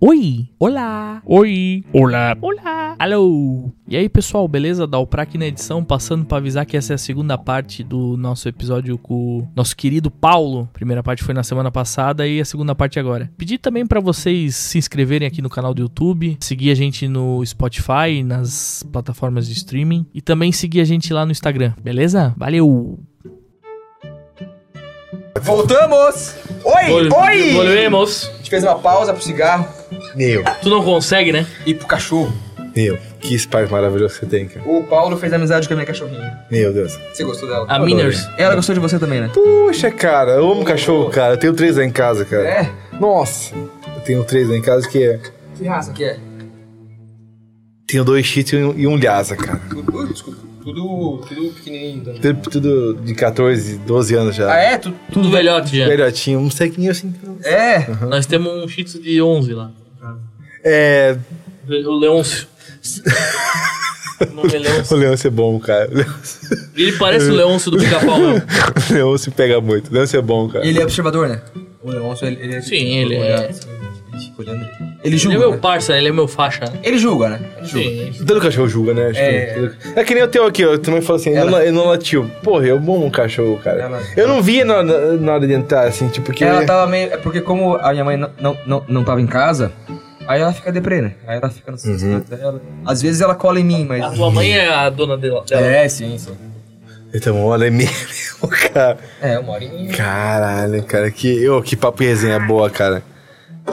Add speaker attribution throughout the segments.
Speaker 1: Oi! Olá!
Speaker 2: Oi! Olá!
Speaker 1: Olá! Alô! E aí, pessoal, beleza? Dalprac na edição, passando pra avisar que essa é a segunda parte do nosso episódio com o nosso querido Paulo. A primeira parte foi na semana passada e a segunda parte agora. Pedi também pra vocês se inscreverem aqui no canal do YouTube, seguir a gente no Spotify, nas plataformas de streaming e também seguir a gente lá no Instagram, beleza? Valeu!
Speaker 3: Voltamos! Oi! Oi!
Speaker 2: Volvemos!
Speaker 3: A gente fez uma pausa pro cigarro
Speaker 4: Meu,
Speaker 2: Tu não consegue, né?
Speaker 3: e pro cachorro.
Speaker 4: meu, que espaço maravilhoso que você tem, cara.
Speaker 3: O Paulo fez amizade com a minha cachorrinha.
Speaker 4: Meu Deus.
Speaker 3: Você gostou dela?
Speaker 2: A Miners.
Speaker 3: Ela gostou de você também, né?
Speaker 4: Puxa, cara, eu amo cachorro, cara. Eu tenho três lá em casa, cara.
Speaker 3: É?
Speaker 4: Nossa, eu tenho três lá em casa que é.
Speaker 3: Que raça que é?
Speaker 4: Tenho dois cheats e um, e um lhasa, cara.
Speaker 3: Tudo, uh, desculpa. Tudo, tudo pequenininho também.
Speaker 4: Tudo, tudo de 14, 12 anos já.
Speaker 3: Ah, é? Tu,
Speaker 2: Tudo velhote já.
Speaker 4: Velhotinho, um sequinho assim.
Speaker 3: é?
Speaker 2: Nós temos um shih tzu de 11 lá.
Speaker 4: É.
Speaker 2: O Leôncio. O nome é
Speaker 4: O
Speaker 2: Leôncio.
Speaker 4: Leôncio é bom, cara. O Leôncio-
Speaker 2: Ele parece o Leôncio do Pica-Pau, não.
Speaker 4: O Leôncio pega muito. O Leôncio é bom, cara.
Speaker 3: Ele é observador, né? O Leôncio, ele, ele é...
Speaker 2: Sim, ele é.
Speaker 3: Ele fica olhando. Ele
Speaker 2: Ele
Speaker 3: julga,
Speaker 2: é
Speaker 3: né?
Speaker 2: meu parça, ele é meu faixa.
Speaker 3: Ele julga, né? Ele julga.
Speaker 2: Sim.
Speaker 4: Todo cachorro julga, né? Acho
Speaker 3: É.
Speaker 4: que- é que nem o teu aqui, eu também falo assim, ele
Speaker 3: Ela-
Speaker 4: não, ele não latiu. Porra, eu amo um cachorro, cara.
Speaker 3: Ela-
Speaker 4: eu não via na, na- na hora de entrar, assim, tipo, que.
Speaker 3: Ela tava meio... É porque como a minha mãe não, não, não, não tava em casa, aí ela fica deprê, né? Aí ela fica nos cantos dela. Às vezes ela cola em mim, mas...
Speaker 2: A tua mãe é a dona dela. dela.
Speaker 3: É, sim, sim.
Speaker 4: Então, olha mesmo, cara.
Speaker 3: É, uma hora em...
Speaker 4: Caralho, cara, que, ô, que papo e resenha boa, cara.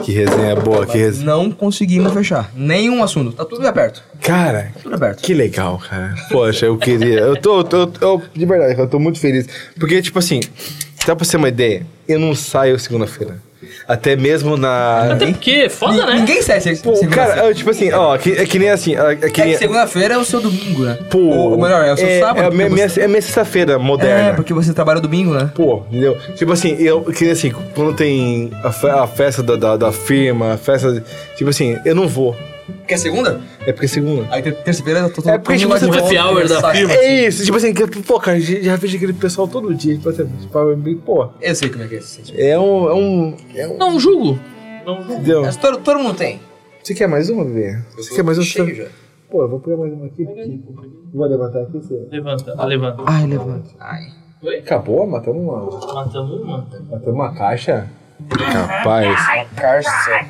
Speaker 4: Que resenha boa, que resenha.
Speaker 3: Não conseguimos fechar. Nenhum assunto. Tá tudo aberto.
Speaker 4: Cara,
Speaker 3: Tudo aberto.
Speaker 4: que legal, cara. Poxa, eu queria. Eu tô, eu tô, eu tô- de verdade, eu tô muito feliz. Porque, tipo assim, dá pra você uma ideia, eu não saio segunda-feira. Até mesmo na.
Speaker 2: Até porque, foda, né?
Speaker 3: Ninguém sai se-
Speaker 4: Pô,
Speaker 3: segunda-feira.
Speaker 4: cara, eu, tipo assim, ó, que- é que nem assim, ó, é que
Speaker 3: É que
Speaker 4: nem...
Speaker 3: segunda-feira é o seu domingo, né?
Speaker 4: Pô,
Speaker 3: Ou ou melhor, é o seu sábado.
Speaker 4: É a
Speaker 3: porque
Speaker 4: minha, minha-
Speaker 3: você-
Speaker 4: é a minha sexta-feira
Speaker 3: É,
Speaker 4: moderna.
Speaker 3: porque você trabalha domingo, né?
Speaker 4: Pô, entendeu? Tipo assim, eu que nem assim, quando tem a, fe- a festa da, da, da firma, a festa. Tipo assim, eu não vou.
Speaker 3: Que é segunda?
Speaker 4: É porque é segunda.
Speaker 3: Aí ter- terça-feira eu tô
Speaker 4: É porque, tipo,
Speaker 3: todo mundo
Speaker 4: você-
Speaker 3: vai
Speaker 2: Happy
Speaker 3: de volta,
Speaker 2: hour da
Speaker 3: saca?
Speaker 2: firma.
Speaker 4: É isso, tipo assim, que, pô, cara, já já vejo aquele pessoal todo dia, tipo assim, tipo, pô,
Speaker 3: Eu sei como é que é esse sentimento.
Speaker 4: é um. É um. É um
Speaker 2: Não julgo. Não julgo.
Speaker 4: entendeu?
Speaker 3: Mas todo, todo mundo tem.
Speaker 4: Você quer mais uma, bebê? Você quer mais um uma?
Speaker 3: Cheio já.
Speaker 4: Pô, eu vou pegar mais uma aqui. Vou levantar aqui, você.
Speaker 2: Levanta, ah, levanta.
Speaker 3: Ai, levanta. Ai.
Speaker 4: Acabou, matamos uma.
Speaker 2: Matamos um, uma.
Speaker 4: Matamos uma caixa? Capaz.
Speaker 3: Carça.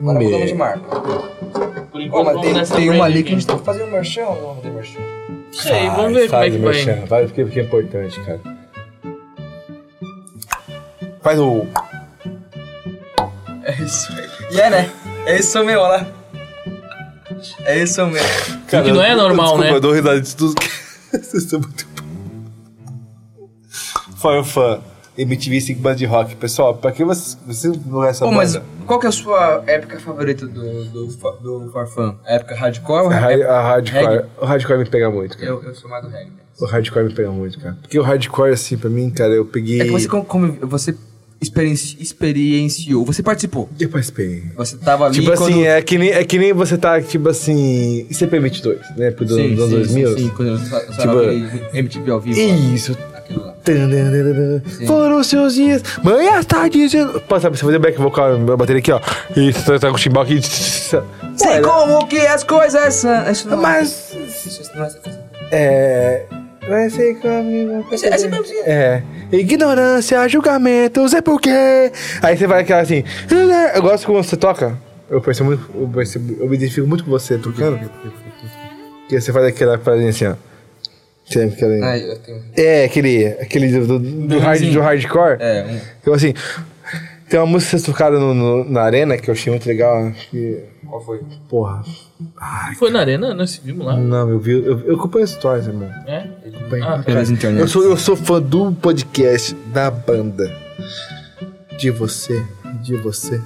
Speaker 3: Agora mudamos de marca.
Speaker 2: Por
Speaker 3: Ó,
Speaker 2: enquanto,
Speaker 3: mas
Speaker 2: vamos
Speaker 3: tem,
Speaker 2: nessa
Speaker 3: tem uma
Speaker 2: brand
Speaker 3: ali que a gente
Speaker 2: aqui.
Speaker 3: tem que fazer um merchan ou não fazer merchan?
Speaker 2: Não sei, vamos ver como é que vai.
Speaker 4: Vai, porque, porque é importante, cara. Faz o.
Speaker 3: É isso aí. E é, né? É isso mesmo, olha lá. É isso mesmo.
Speaker 2: que não é normal,
Speaker 4: desculpa,
Speaker 2: né?
Speaker 4: Eu dou risada de tudo. que- Vocês estão muito. Fire Fã. MTV 5 Band de Rock. Pessoal, pra que vocês, vocês não conhecem essa
Speaker 3: Pô, mas
Speaker 4: banda?
Speaker 3: qual que é a sua época favorita do, do, fa- do Farfã? A época É hardcore ou
Speaker 4: A,
Speaker 3: rap?
Speaker 4: ra- a hardcore,
Speaker 3: Reggae?
Speaker 4: o hardcore me pega muito, cara.
Speaker 3: Eu, eu sou mais do reggae.
Speaker 4: O hardcore me pega muito, cara. Porque o hardcore, assim, pra mim, cara, eu peguei.
Speaker 3: É que você, como, você experienci- experienciou, você participou.
Speaker 4: Eu participei.
Speaker 3: Você tava ali
Speaker 4: Tipo
Speaker 3: quando...
Speaker 4: assim, é que, nem, é que nem você tá, tipo assim, CP22, né? Pro dos
Speaker 3: Sim,
Speaker 4: anos
Speaker 3: sim,
Speaker 4: 2000.
Speaker 3: Sim, sim, quando eu sa- saiu
Speaker 4: Tipo-
Speaker 3: aquele MTV ao vivo. lá,
Speaker 4: Isso.
Speaker 3: aquilo lá.
Speaker 4: Tananana. Foram seus dias, manhã, tarde, dizendo. Pô, sabe, você fazer back vocal, eu bater aqui, ó. E você tá com o chimbal aqui.
Speaker 3: Sei
Speaker 4: Olha,
Speaker 3: como que as coisas são... É Isso não
Speaker 4: Mas.
Speaker 3: Isso não é... Isso
Speaker 4: É. Vai ser como.
Speaker 3: é- isso é mesmo.
Speaker 4: É. Ignorância, julgamentos, é porque. Aí você vai aquela assim. Eu gosto como você toca. Eu percebo muito. Eu, percebo, eu me identifico muito com você tocando. Que você faz aquela paradinha assim, ó. Tem aquela-
Speaker 3: Ai, eu tenho...
Speaker 4: É, aquele. Aquele do, do- do hard, do hardcore.
Speaker 3: É, um...
Speaker 4: Então assim. Tem uma música que vocês tocaram no- no- na arena que eu achei muito legal. Que,
Speaker 3: Qual foi?
Speaker 4: porra.
Speaker 2: Foi na arena, nós se vimos lá.
Speaker 4: Não, eu vi. Eu, eu acompanho as stories, irmão.
Speaker 2: É?
Speaker 4: Bem,
Speaker 2: Ah,
Speaker 3: Pelas internet.
Speaker 4: Eu sou, eu sou fã do podcast, da banda. De você, de você.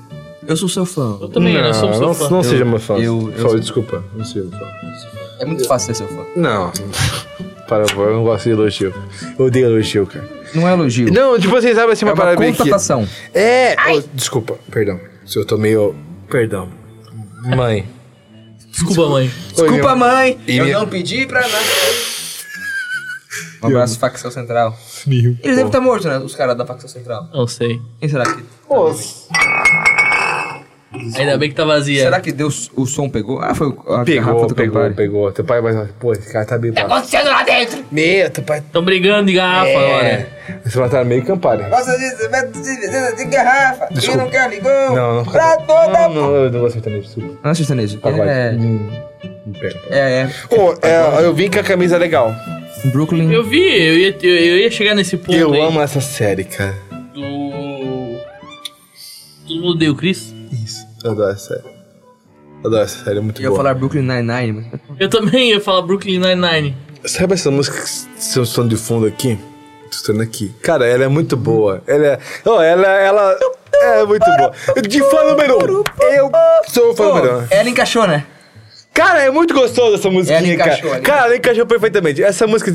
Speaker 3: Eu sou seu fã.
Speaker 2: Eu também, né? nós somos seu fã.
Speaker 4: não
Speaker 3: Eu-
Speaker 4: seja meu fã.
Speaker 3: eu- eu
Speaker 4: Só,
Speaker 3: sou-
Speaker 4: desculpa, não seja meu fã.
Speaker 3: É muito fácil ser seu fã.
Speaker 4: Não, para, eu não gosto de elogio. Eu odeio elogio, cara.
Speaker 3: Não é elogio.
Speaker 4: Não, tipo, vocês sabem assim,
Speaker 3: é
Speaker 4: uma
Speaker 3: uma
Speaker 4: parada meio que...
Speaker 3: constatação.
Speaker 4: É! Oh, desculpa, perdão. Se eu tô meio... Perdão. Mãe.
Speaker 2: Desculpa, mãe.
Speaker 3: Desculpa, mãe.
Speaker 4: E
Speaker 3: eu
Speaker 4: minha-
Speaker 3: não pedi pra nada. Um abraço, facção central. tá
Speaker 4: Meu.
Speaker 3: Eles devem estar mortos, né? Os caras da facção central.
Speaker 2: Não sei.
Speaker 3: Quem será que.
Speaker 4: Pô,
Speaker 2: Ainda bem que tá vazia.
Speaker 3: Será que Deus, o som pegou? Ah, foi a garrafa
Speaker 4: É. Pegou,
Speaker 3: do
Speaker 4: pegou,
Speaker 3: Campari.
Speaker 4: pegou. Teu pai vai. Pô, esse cara tá bem. Tá acontecendo lá dentro? Meu, teu pai.
Speaker 2: Estão brigando de garrafa
Speaker 3: É.
Speaker 2: agora.
Speaker 4: Você vai estar tá meio Campari.
Speaker 3: Nossa, de, de, de garrafa,
Speaker 4: Desculpa.
Speaker 3: não quer ligão,
Speaker 4: Não, não.
Speaker 3: pra toda...
Speaker 4: Não, não, eu não gosto de sertanejo, desculpa.
Speaker 3: Não é sertanejo,
Speaker 4: Agora.
Speaker 3: é...
Speaker 4: Hum, me pega.
Speaker 3: É, é.
Speaker 4: Pô, é, eu vim com a camisa legal.
Speaker 3: Brooklyn...
Speaker 2: Eu vi, eu ia, eu, eu ia chegar nesse ponto
Speaker 4: Eu
Speaker 2: aí
Speaker 4: amo essa série, cara.
Speaker 2: do... Todo mundo deu Chris?
Speaker 4: Isso. Eu adoro essa série. Eu adoro essa série, é muito
Speaker 3: Eu ia
Speaker 4: boa.
Speaker 3: falar Brooklyn Nine-Nine, mano.
Speaker 2: Eu também ia falar Brooklyn Nine-Nine.
Speaker 4: Sabe essa música que seu som de fundo aqui? Tô estando aqui. Cara, ela é muito boa. Ela é. Oh, ela, ela é muito boa. De fã número um. Eu sou fã número um.
Speaker 3: ela encaixou, né?
Speaker 4: Cara, é muito gostosa essa musiquinha,
Speaker 3: Ela encaixou,
Speaker 4: cara.
Speaker 3: ela
Speaker 4: cara, ela encaixou perfeitamente. Essa música.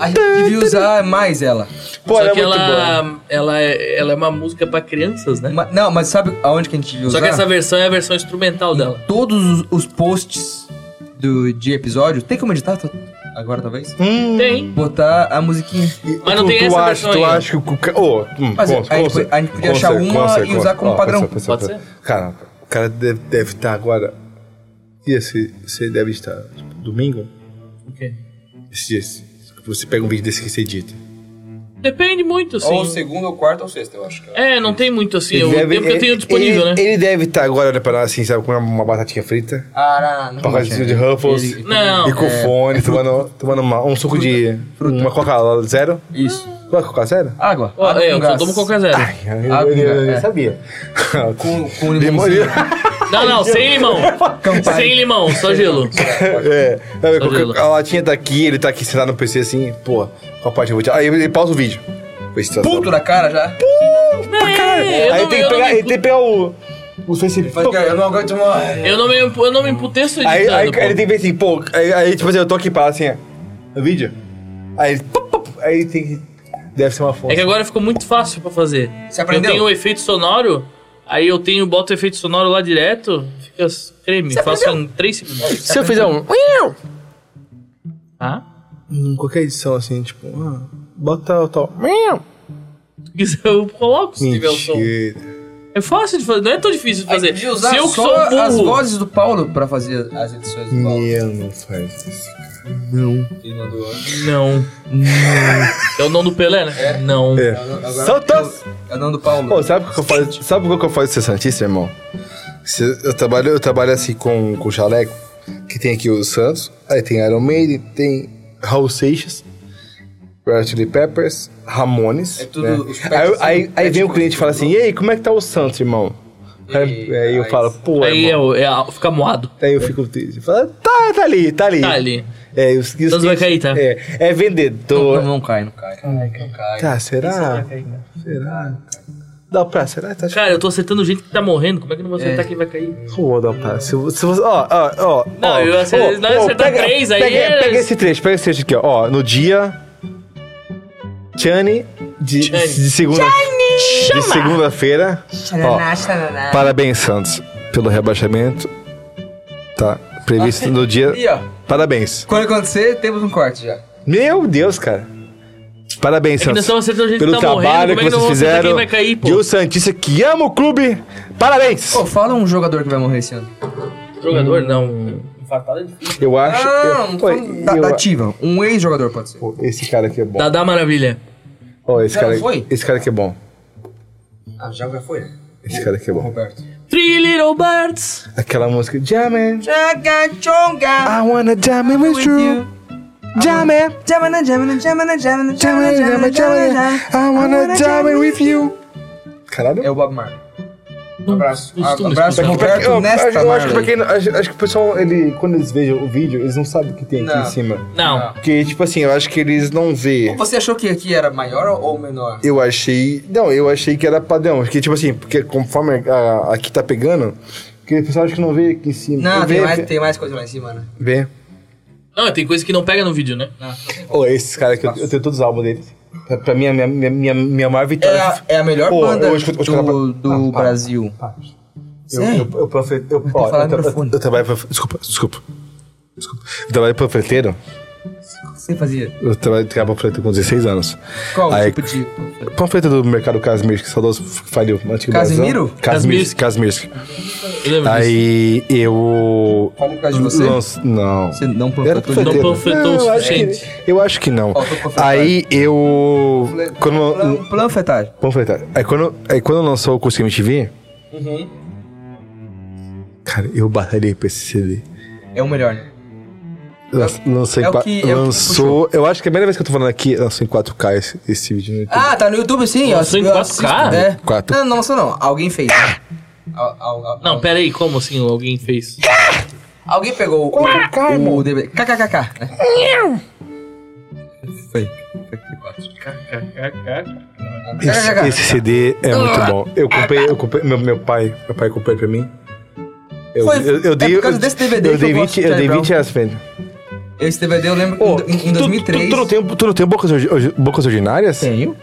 Speaker 3: A gente devia usar mais ela.
Speaker 4: Pô, ela
Speaker 2: Só
Speaker 4: é
Speaker 2: que
Speaker 4: muito boa.
Speaker 2: ela, ela, é, ela é uma música pra crianças, né?
Speaker 3: Ma- não, mas sabe aonde que a gente devia usar?
Speaker 2: Só que essa versão é a versão instrumental dela.
Speaker 3: Todos os, os posts do, de episódio... Tem como editar? Tô- Agora, talvez?
Speaker 4: Hum,
Speaker 2: Tem.
Speaker 3: Botar a musiquinha...
Speaker 2: Mas não
Speaker 4: tu,
Speaker 2: tem
Speaker 4: tu
Speaker 2: essa
Speaker 4: acha,
Speaker 2: versão
Speaker 4: tu
Speaker 2: ainda.
Speaker 4: acha que o. cu- Ô, hum,
Speaker 3: Mas
Speaker 4: consta,
Speaker 3: a gente
Speaker 4: consta,
Speaker 3: po- a gente podia
Speaker 4: consta,
Speaker 3: achar uma
Speaker 4: consta,
Speaker 3: e
Speaker 4: consta.
Speaker 3: usar como
Speaker 4: Ó,
Speaker 3: padrão.
Speaker 4: pensa, pensa,
Speaker 2: Pode
Speaker 4: pensa. Cara, o cara deve, deve estar agora. E esse, você deve estar. tipo, domingo?
Speaker 2: Ok.
Speaker 4: Esse dia. esse- Você pega um vídeo desse que você edita.
Speaker 2: Depende muito, sim.
Speaker 3: segundo, ou quarto, ou sexto, eu acho. Que
Speaker 2: É, não tem muito assim.
Speaker 4: Ele
Speaker 2: O
Speaker 4: deve-
Speaker 2: tempo que eu tenho disponível,
Speaker 4: ele,
Speaker 2: né?
Speaker 4: Ele deve estar agora olhando pra nós assim, sabe, com uma, uma batatinha frita,
Speaker 3: Ah, não. não, não,
Speaker 4: pacotinho de Ruffles,
Speaker 3: Ele- então,
Speaker 2: Não.
Speaker 4: e com
Speaker 3: É,
Speaker 4: fone, tomando, tomando uma- um suco de. Uma Coca-Cola zero.
Speaker 3: Isso.
Speaker 4: Qual é Coca-Cola zero?
Speaker 3: Água.
Speaker 2: Ó,
Speaker 3: água
Speaker 2: é,
Speaker 3: com
Speaker 2: eu só
Speaker 3: gás.
Speaker 2: tomo Coca Zero.
Speaker 4: Ah, Ai, eu,
Speaker 3: Ah,
Speaker 4: eu- eu- eu
Speaker 3: é.
Speaker 4: sabia.
Speaker 3: Com, com
Speaker 4: Limão-
Speaker 3: limãozinho.
Speaker 2: Não, não, sem limão. sem limão, só gelo.
Speaker 4: É, sabe,
Speaker 2: Só gelo.
Speaker 4: a latinha tá aqui, ele tá aqui sentado no PC assim, pô, qual parte eu vou tirar? Aí ele pausa o vídeo. Vê se tá-
Speaker 3: Puto da cara já.
Speaker 2: É, eu
Speaker 4: Aí
Speaker 2: não-
Speaker 4: tem
Speaker 2: eu
Speaker 4: que
Speaker 2: não
Speaker 4: pegar,
Speaker 2: me
Speaker 4: ele tem que pegar o. O Facebook.
Speaker 3: Faz, cara, eu não aguento mais.
Speaker 2: Eu não me, eu não me emputei
Speaker 4: Aí, aí
Speaker 2: editando.
Speaker 4: ele
Speaker 2: pô.
Speaker 4: tem que ver assim, pô, aí, aí, tipo assim, eu tô aqui parado assim, ó, no vídeo. Aí ele. pop, pop, aí tem que. Deve ser uma fonte.
Speaker 2: É que agora ficou muito fácil pra fazer.
Speaker 3: Você aprendeu?
Speaker 2: Eu tenho o efeito sonoro, aí eu tenho, boto o efeito sonoro lá direto, fica creme, faço em 3 segundos.
Speaker 1: Se eu fizer um.
Speaker 2: Ah?
Speaker 4: Em qualquer edição assim, tipo, ah, bota o tal.
Speaker 2: Se quiser, eu coloco se tiver o som.
Speaker 4: Mentira.
Speaker 2: É fácil de fazer, não é tão difícil de
Speaker 3: A gente
Speaker 2: fazer.
Speaker 3: devia usar
Speaker 2: Se eu que sou um
Speaker 3: só
Speaker 2: burro.
Speaker 3: as vozes do Paulo pra fazer as edições do Paulo.
Speaker 4: Meu, não faz isso.
Speaker 3: Ele mandou.
Speaker 2: Não. é o não do Pelé, né? Não.
Speaker 4: É.
Speaker 3: Agora-
Speaker 4: Solta!
Speaker 3: É o nome do Paulo.
Speaker 4: Pô, sabe o que eu faço? Sabe o que eu faço de ser Santista, irmão? Se- Eu trabalho, eu trabalho assim com, com o Chaleco, que tem aqui o Santos, aí tem Iron Maiden, tem Raul Seixas, Red Chili Peppers, Ramones.
Speaker 3: É tudo
Speaker 4: né?
Speaker 3: os pets,
Speaker 4: Aí,
Speaker 3: assim,
Speaker 4: aí, aí
Speaker 3: pet
Speaker 4: vem o
Speaker 3: coisa,
Speaker 4: cliente e fala assim, e aí, como é que tá o Santos, irmão? Aí,
Speaker 3: E-
Speaker 4: aí eu
Speaker 3: aí-
Speaker 4: falo, pô,
Speaker 2: Aí é, o-
Speaker 4: irmão.
Speaker 2: é a- fica moado.
Speaker 4: Aí eu fico triste. Fala, tá, tá ali, tá ali.
Speaker 2: Tá ali.
Speaker 4: É, e os, e os
Speaker 2: Santos vai
Speaker 4: clientes-
Speaker 2: cair, tá?
Speaker 4: É, é vendedor.
Speaker 3: Não, não cai, não cai. Não cai.
Speaker 4: Tá, será?
Speaker 2: é.
Speaker 4: Será? Dá pra, será? Tá
Speaker 2: Cara, eu tô acertando gente que tá morrendo. Como é que eu não vou acertar
Speaker 3: É.
Speaker 2: quem vai cair?
Speaker 4: Pô, não, cara, se, vo- se você. Ó, ó, ó.
Speaker 2: Não,
Speaker 4: ó,
Speaker 2: eu acertei-
Speaker 4: ó,
Speaker 2: não, eu
Speaker 4: ó,
Speaker 2: acertei três aí,
Speaker 4: Pega,
Speaker 2: é-
Speaker 4: pega esse trecho, pega esse trecho aqui, ó. Ó, no dia. Chani de,
Speaker 2: Chani.
Speaker 4: de segunda. De segunda-feira. Ó, parabéns, Santos, pelo rebaixamento. Tá previsto no dia.
Speaker 3: E ó,
Speaker 4: Parabéns.
Speaker 3: quando acontecer, temos um corte já.
Speaker 4: Meu Deus, cara. Parabéns,
Speaker 2: É que nós estamos
Speaker 4: Santos.
Speaker 2: acertando gente que
Speaker 4: Pelo
Speaker 2: tá
Speaker 4: trabalho
Speaker 2: morrendo.
Speaker 4: que
Speaker 2: Como é que eu não
Speaker 4: vocês
Speaker 2: vou acertar
Speaker 4: fizeram.
Speaker 2: quem vai cair,
Speaker 4: E o
Speaker 2: pô?
Speaker 4: Santista que ama o clube. Parabéns!
Speaker 3: Pô, fala um jogador que vai morrer esse ano.
Speaker 2: Jogador, não. Infartado é difícil.
Speaker 4: Eu acho.
Speaker 3: Não,
Speaker 4: eu,
Speaker 3: não, da,
Speaker 4: eu-
Speaker 3: da Tiva. Um ex-jogador pode ser.
Speaker 4: Pô, esse cara aqui é bom.
Speaker 2: Dadá Maravilha.
Speaker 4: Ó, esse
Speaker 3: Já
Speaker 4: cara,
Speaker 3: foi?
Speaker 4: esse cara aqui é bom.
Speaker 3: Ah, já foi.
Speaker 4: Esse cara aqui é bom.
Speaker 3: Roberto.
Speaker 2: Three Little Birds.
Speaker 4: Aquela música Jammin',
Speaker 3: Chaga, chonga.
Speaker 4: I wanna jammin' with you. Jammin',
Speaker 5: Jamana, jamana, jamana, jamana,
Speaker 4: jammin', jammin', jammin', I wanna jammin' with you. Caralho.
Speaker 3: É o Bob Marley.
Speaker 2: Não,
Speaker 3: Um Abraço.
Speaker 2: não costumo
Speaker 3: Abraço.
Speaker 2: escutar.
Speaker 3: Roberto
Speaker 4: eu,
Speaker 3: Nesta
Speaker 4: acho, eu acho que pra
Speaker 3: Marley.
Speaker 4: quem, não- acho, acho que o pessoal, ele, quando eles vejam o vídeo, eles não sabem o que tem aqui
Speaker 3: Não.
Speaker 4: em cima.
Speaker 2: Não.
Speaker 4: Porque, tipo assim, eu acho que eles não vê.
Speaker 3: Você achou que aqui era maior ou menor?
Speaker 4: Eu achei. Não, eu achei que era padrão. Porque, tipo assim, porque conforme a, a- aqui tá pegando, porque o pessoal acha que não vê aqui em cima.
Speaker 3: Não,
Speaker 4: vê,
Speaker 3: tem mais,
Speaker 4: vê.
Speaker 3: tem mais coisa lá em cima, né?
Speaker 4: Vê.
Speaker 2: Não, tem coisa que não pega no vídeo, né?
Speaker 4: Ô, esses caras que eu, eu tenho todos os álbuns deles. Pra, pra mim, a minha, minha, minha, minha maior
Speaker 3: É
Speaker 4: vitória.
Speaker 3: a, é a melhor
Speaker 4: Pô,
Speaker 3: banda
Speaker 4: eu escuto- eu escuto
Speaker 3: do,
Speaker 4: ela-
Speaker 3: do
Speaker 4: Ah, para.
Speaker 3: Brasil.
Speaker 4: Eu,
Speaker 3: Sério?
Speaker 4: eu, eu, profe- eu,
Speaker 3: que
Speaker 4: ó, eu
Speaker 3: falar no
Speaker 4: tra-
Speaker 3: microfone.
Speaker 4: eu trabalho pra, Desculpa, desculpa. Desculpa. Eu trabalho panfleteiro.
Speaker 3: você fazia?
Speaker 4: Eu trabalhei de panfleto com 16 anos.
Speaker 3: Qual
Speaker 4: Aí-
Speaker 3: tipo de.
Speaker 4: Panfleto do mercado Casmir, que saudoso f- faliu. um antigo
Speaker 3: Casimiro?
Speaker 4: brasão. Casmir. Casmir.
Speaker 2: Eu lembro disso.
Speaker 4: Tá Aí eu.
Speaker 3: Fala por causa de você?
Speaker 4: Lanç- Não.
Speaker 3: Você não
Speaker 4: Era
Speaker 3: panfletou
Speaker 4: panfleteiro.
Speaker 3: de
Speaker 2: Não panfletou o
Speaker 4: eu acho que-
Speaker 2: suficiente.
Speaker 4: Eu acho que não.
Speaker 3: Faltou panfletar.
Speaker 4: Aí eu. Quando.
Speaker 3: Plan, plan fetário.
Speaker 4: Panfletar. tá. Aí quando, aí quando lançou o curso que MTV.
Speaker 3: Uhum.
Speaker 4: Cara, eu batalhei pra esse CD.
Speaker 3: É o melhor, né?
Speaker 4: Lanç- Lançou em
Speaker 3: é o
Speaker 4: qua-
Speaker 3: que- é o que
Speaker 4: Lançou. Eu acho que é a primeira vez que eu tô falando aqui, lançou em 4K esse, esse vídeo no YouTube.
Speaker 3: Ah, tá no YouTube sim. eu
Speaker 2: Lançou em
Speaker 3: assi- eu
Speaker 2: 4K?
Speaker 3: assisto, É.
Speaker 4: Quatro.
Speaker 3: Não, não lançou não. Alguém fez. Al- al- al-
Speaker 2: Não, pera aí, como assim alguém fez?
Speaker 3: Alguém pegou o, o, o DVD. KKKK. né? Foi. Ah,
Speaker 4: Esse,
Speaker 3: KKKK.
Speaker 4: esse CD é muito bom. Eu comprei, eu comprei. Meu, meu pai, meu pai comprou ele pra mim. Eu,
Speaker 3: Foi-
Speaker 4: eu, eu
Speaker 3: é
Speaker 4: dei,
Speaker 3: por causa
Speaker 4: eu-
Speaker 3: desse DVD
Speaker 4: eu
Speaker 3: que
Speaker 4: dei
Speaker 3: eu
Speaker 4: 20,
Speaker 3: gosto de
Speaker 4: eu dei
Speaker 3: Charlie
Speaker 4: 20 reais pra ele.
Speaker 3: Esse DVD eu lembro
Speaker 4: Ô,
Speaker 3: em, em
Speaker 4: tu-
Speaker 3: 2003.
Speaker 4: Tu, tu não tem, tu não tem bocas, orgi- orgi- bocas ordinárias?
Speaker 3: Tenho.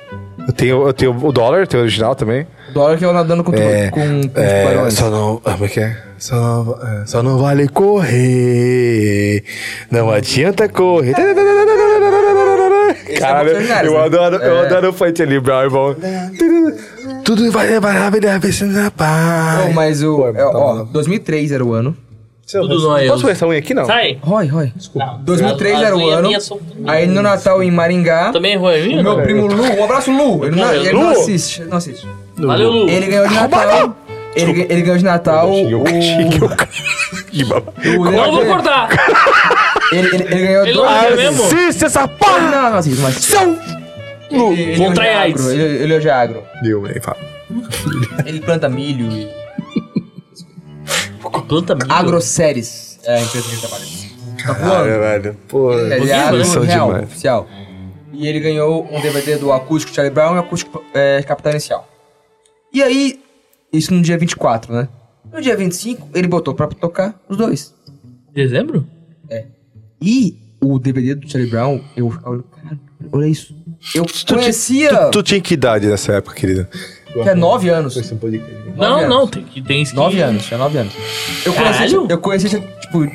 Speaker 4: Eu tenho, eu tenho o dólar, tenho o original também.
Speaker 3: O dólar que eu nadando com, tu-
Speaker 4: É,
Speaker 3: com, com os
Speaker 4: É,
Speaker 3: tubarões.
Speaker 4: só não. ah, Como é que é? Só não, é, só não vale correr. Não adianta correr. Cara,
Speaker 3: é Bolsonaro,
Speaker 4: eu
Speaker 3: né?
Speaker 4: adoro, eu
Speaker 3: É.
Speaker 4: adoro o Fantilli Brown, irmão. Tudo vai levar a vida na
Speaker 3: Não,
Speaker 4: paz.
Speaker 3: mas o.
Speaker 4: Pô,
Speaker 3: é,
Speaker 4: tá
Speaker 3: ó,
Speaker 4: maluco.
Speaker 3: 2003 era o ano.
Speaker 2: Tudo nóis.
Speaker 4: Posso pôr essa unha aqui, não?
Speaker 2: Sai!
Speaker 3: Roy, Roy.
Speaker 2: Não,
Speaker 3: 2003
Speaker 2: as-
Speaker 3: era o
Speaker 2: as
Speaker 3: ano.
Speaker 2: minhas são tudo
Speaker 3: Aí no Natal em Maringá.
Speaker 2: Também é ruim,
Speaker 3: o
Speaker 2: minha,
Speaker 3: Meu
Speaker 2: né?
Speaker 3: primo Lu, um abraço Lu. Ele, não,
Speaker 2: Não,
Speaker 3: ele
Speaker 4: Lu.
Speaker 3: não assiste, não assiste.
Speaker 2: Valeu, Lu.
Speaker 3: Ele ganhou de Natal. Ele, ele ganhou de Natal.
Speaker 4: Xinguei o cara, xinguei
Speaker 3: O,
Speaker 4: o cara. Que babaca.
Speaker 3: o-
Speaker 2: Não, eu vou cortar!
Speaker 3: Ele, ele, ele ganhou
Speaker 2: Ele
Speaker 3: dois.
Speaker 2: não é
Speaker 3: vezes.
Speaker 2: mesmo?
Speaker 4: Assista essa
Speaker 3: Não,
Speaker 4: porra!
Speaker 3: não assiste, mas. tipo,
Speaker 4: São...
Speaker 3: Ele, ele, ele,
Speaker 2: Contrai
Speaker 3: é
Speaker 2: AIDS.
Speaker 3: agro, ele, ele hoje é agro.
Speaker 4: Deu, velho, fala.
Speaker 3: Ele planta milho e.
Speaker 2: Planta milho.
Speaker 3: Agroceres é a empresa que ele trabalha. Tá
Speaker 4: Ah,
Speaker 3: voando?
Speaker 4: Caralho, pô.
Speaker 3: Ele é
Speaker 2: Vocês
Speaker 3: agro
Speaker 4: é né? são
Speaker 3: real,
Speaker 4: demais.
Speaker 3: oficial. E ele ganhou um DVD do acústico Charlie Brown e acústico é, Capital Inicial. E aí, isso no dia 24, né? No dia 25, ele botou pra tocar os dois.
Speaker 2: Dezembro?
Speaker 3: E o DVD do Charlie Brown, eu ficava olhando, cara, olha isso. Eu
Speaker 4: tinha-
Speaker 3: conhecia,
Speaker 4: Tu, tu tinha que idade nessa época, querida?
Speaker 3: que é 9 anos.
Speaker 4: Esse podcast.
Speaker 2: Não,
Speaker 3: anos.
Speaker 2: não, tem que. Tem que-
Speaker 3: 9 anos, tinha 9 anos. Eu conhecia,
Speaker 2: Caralho!
Speaker 3: eu conhecia, tipo,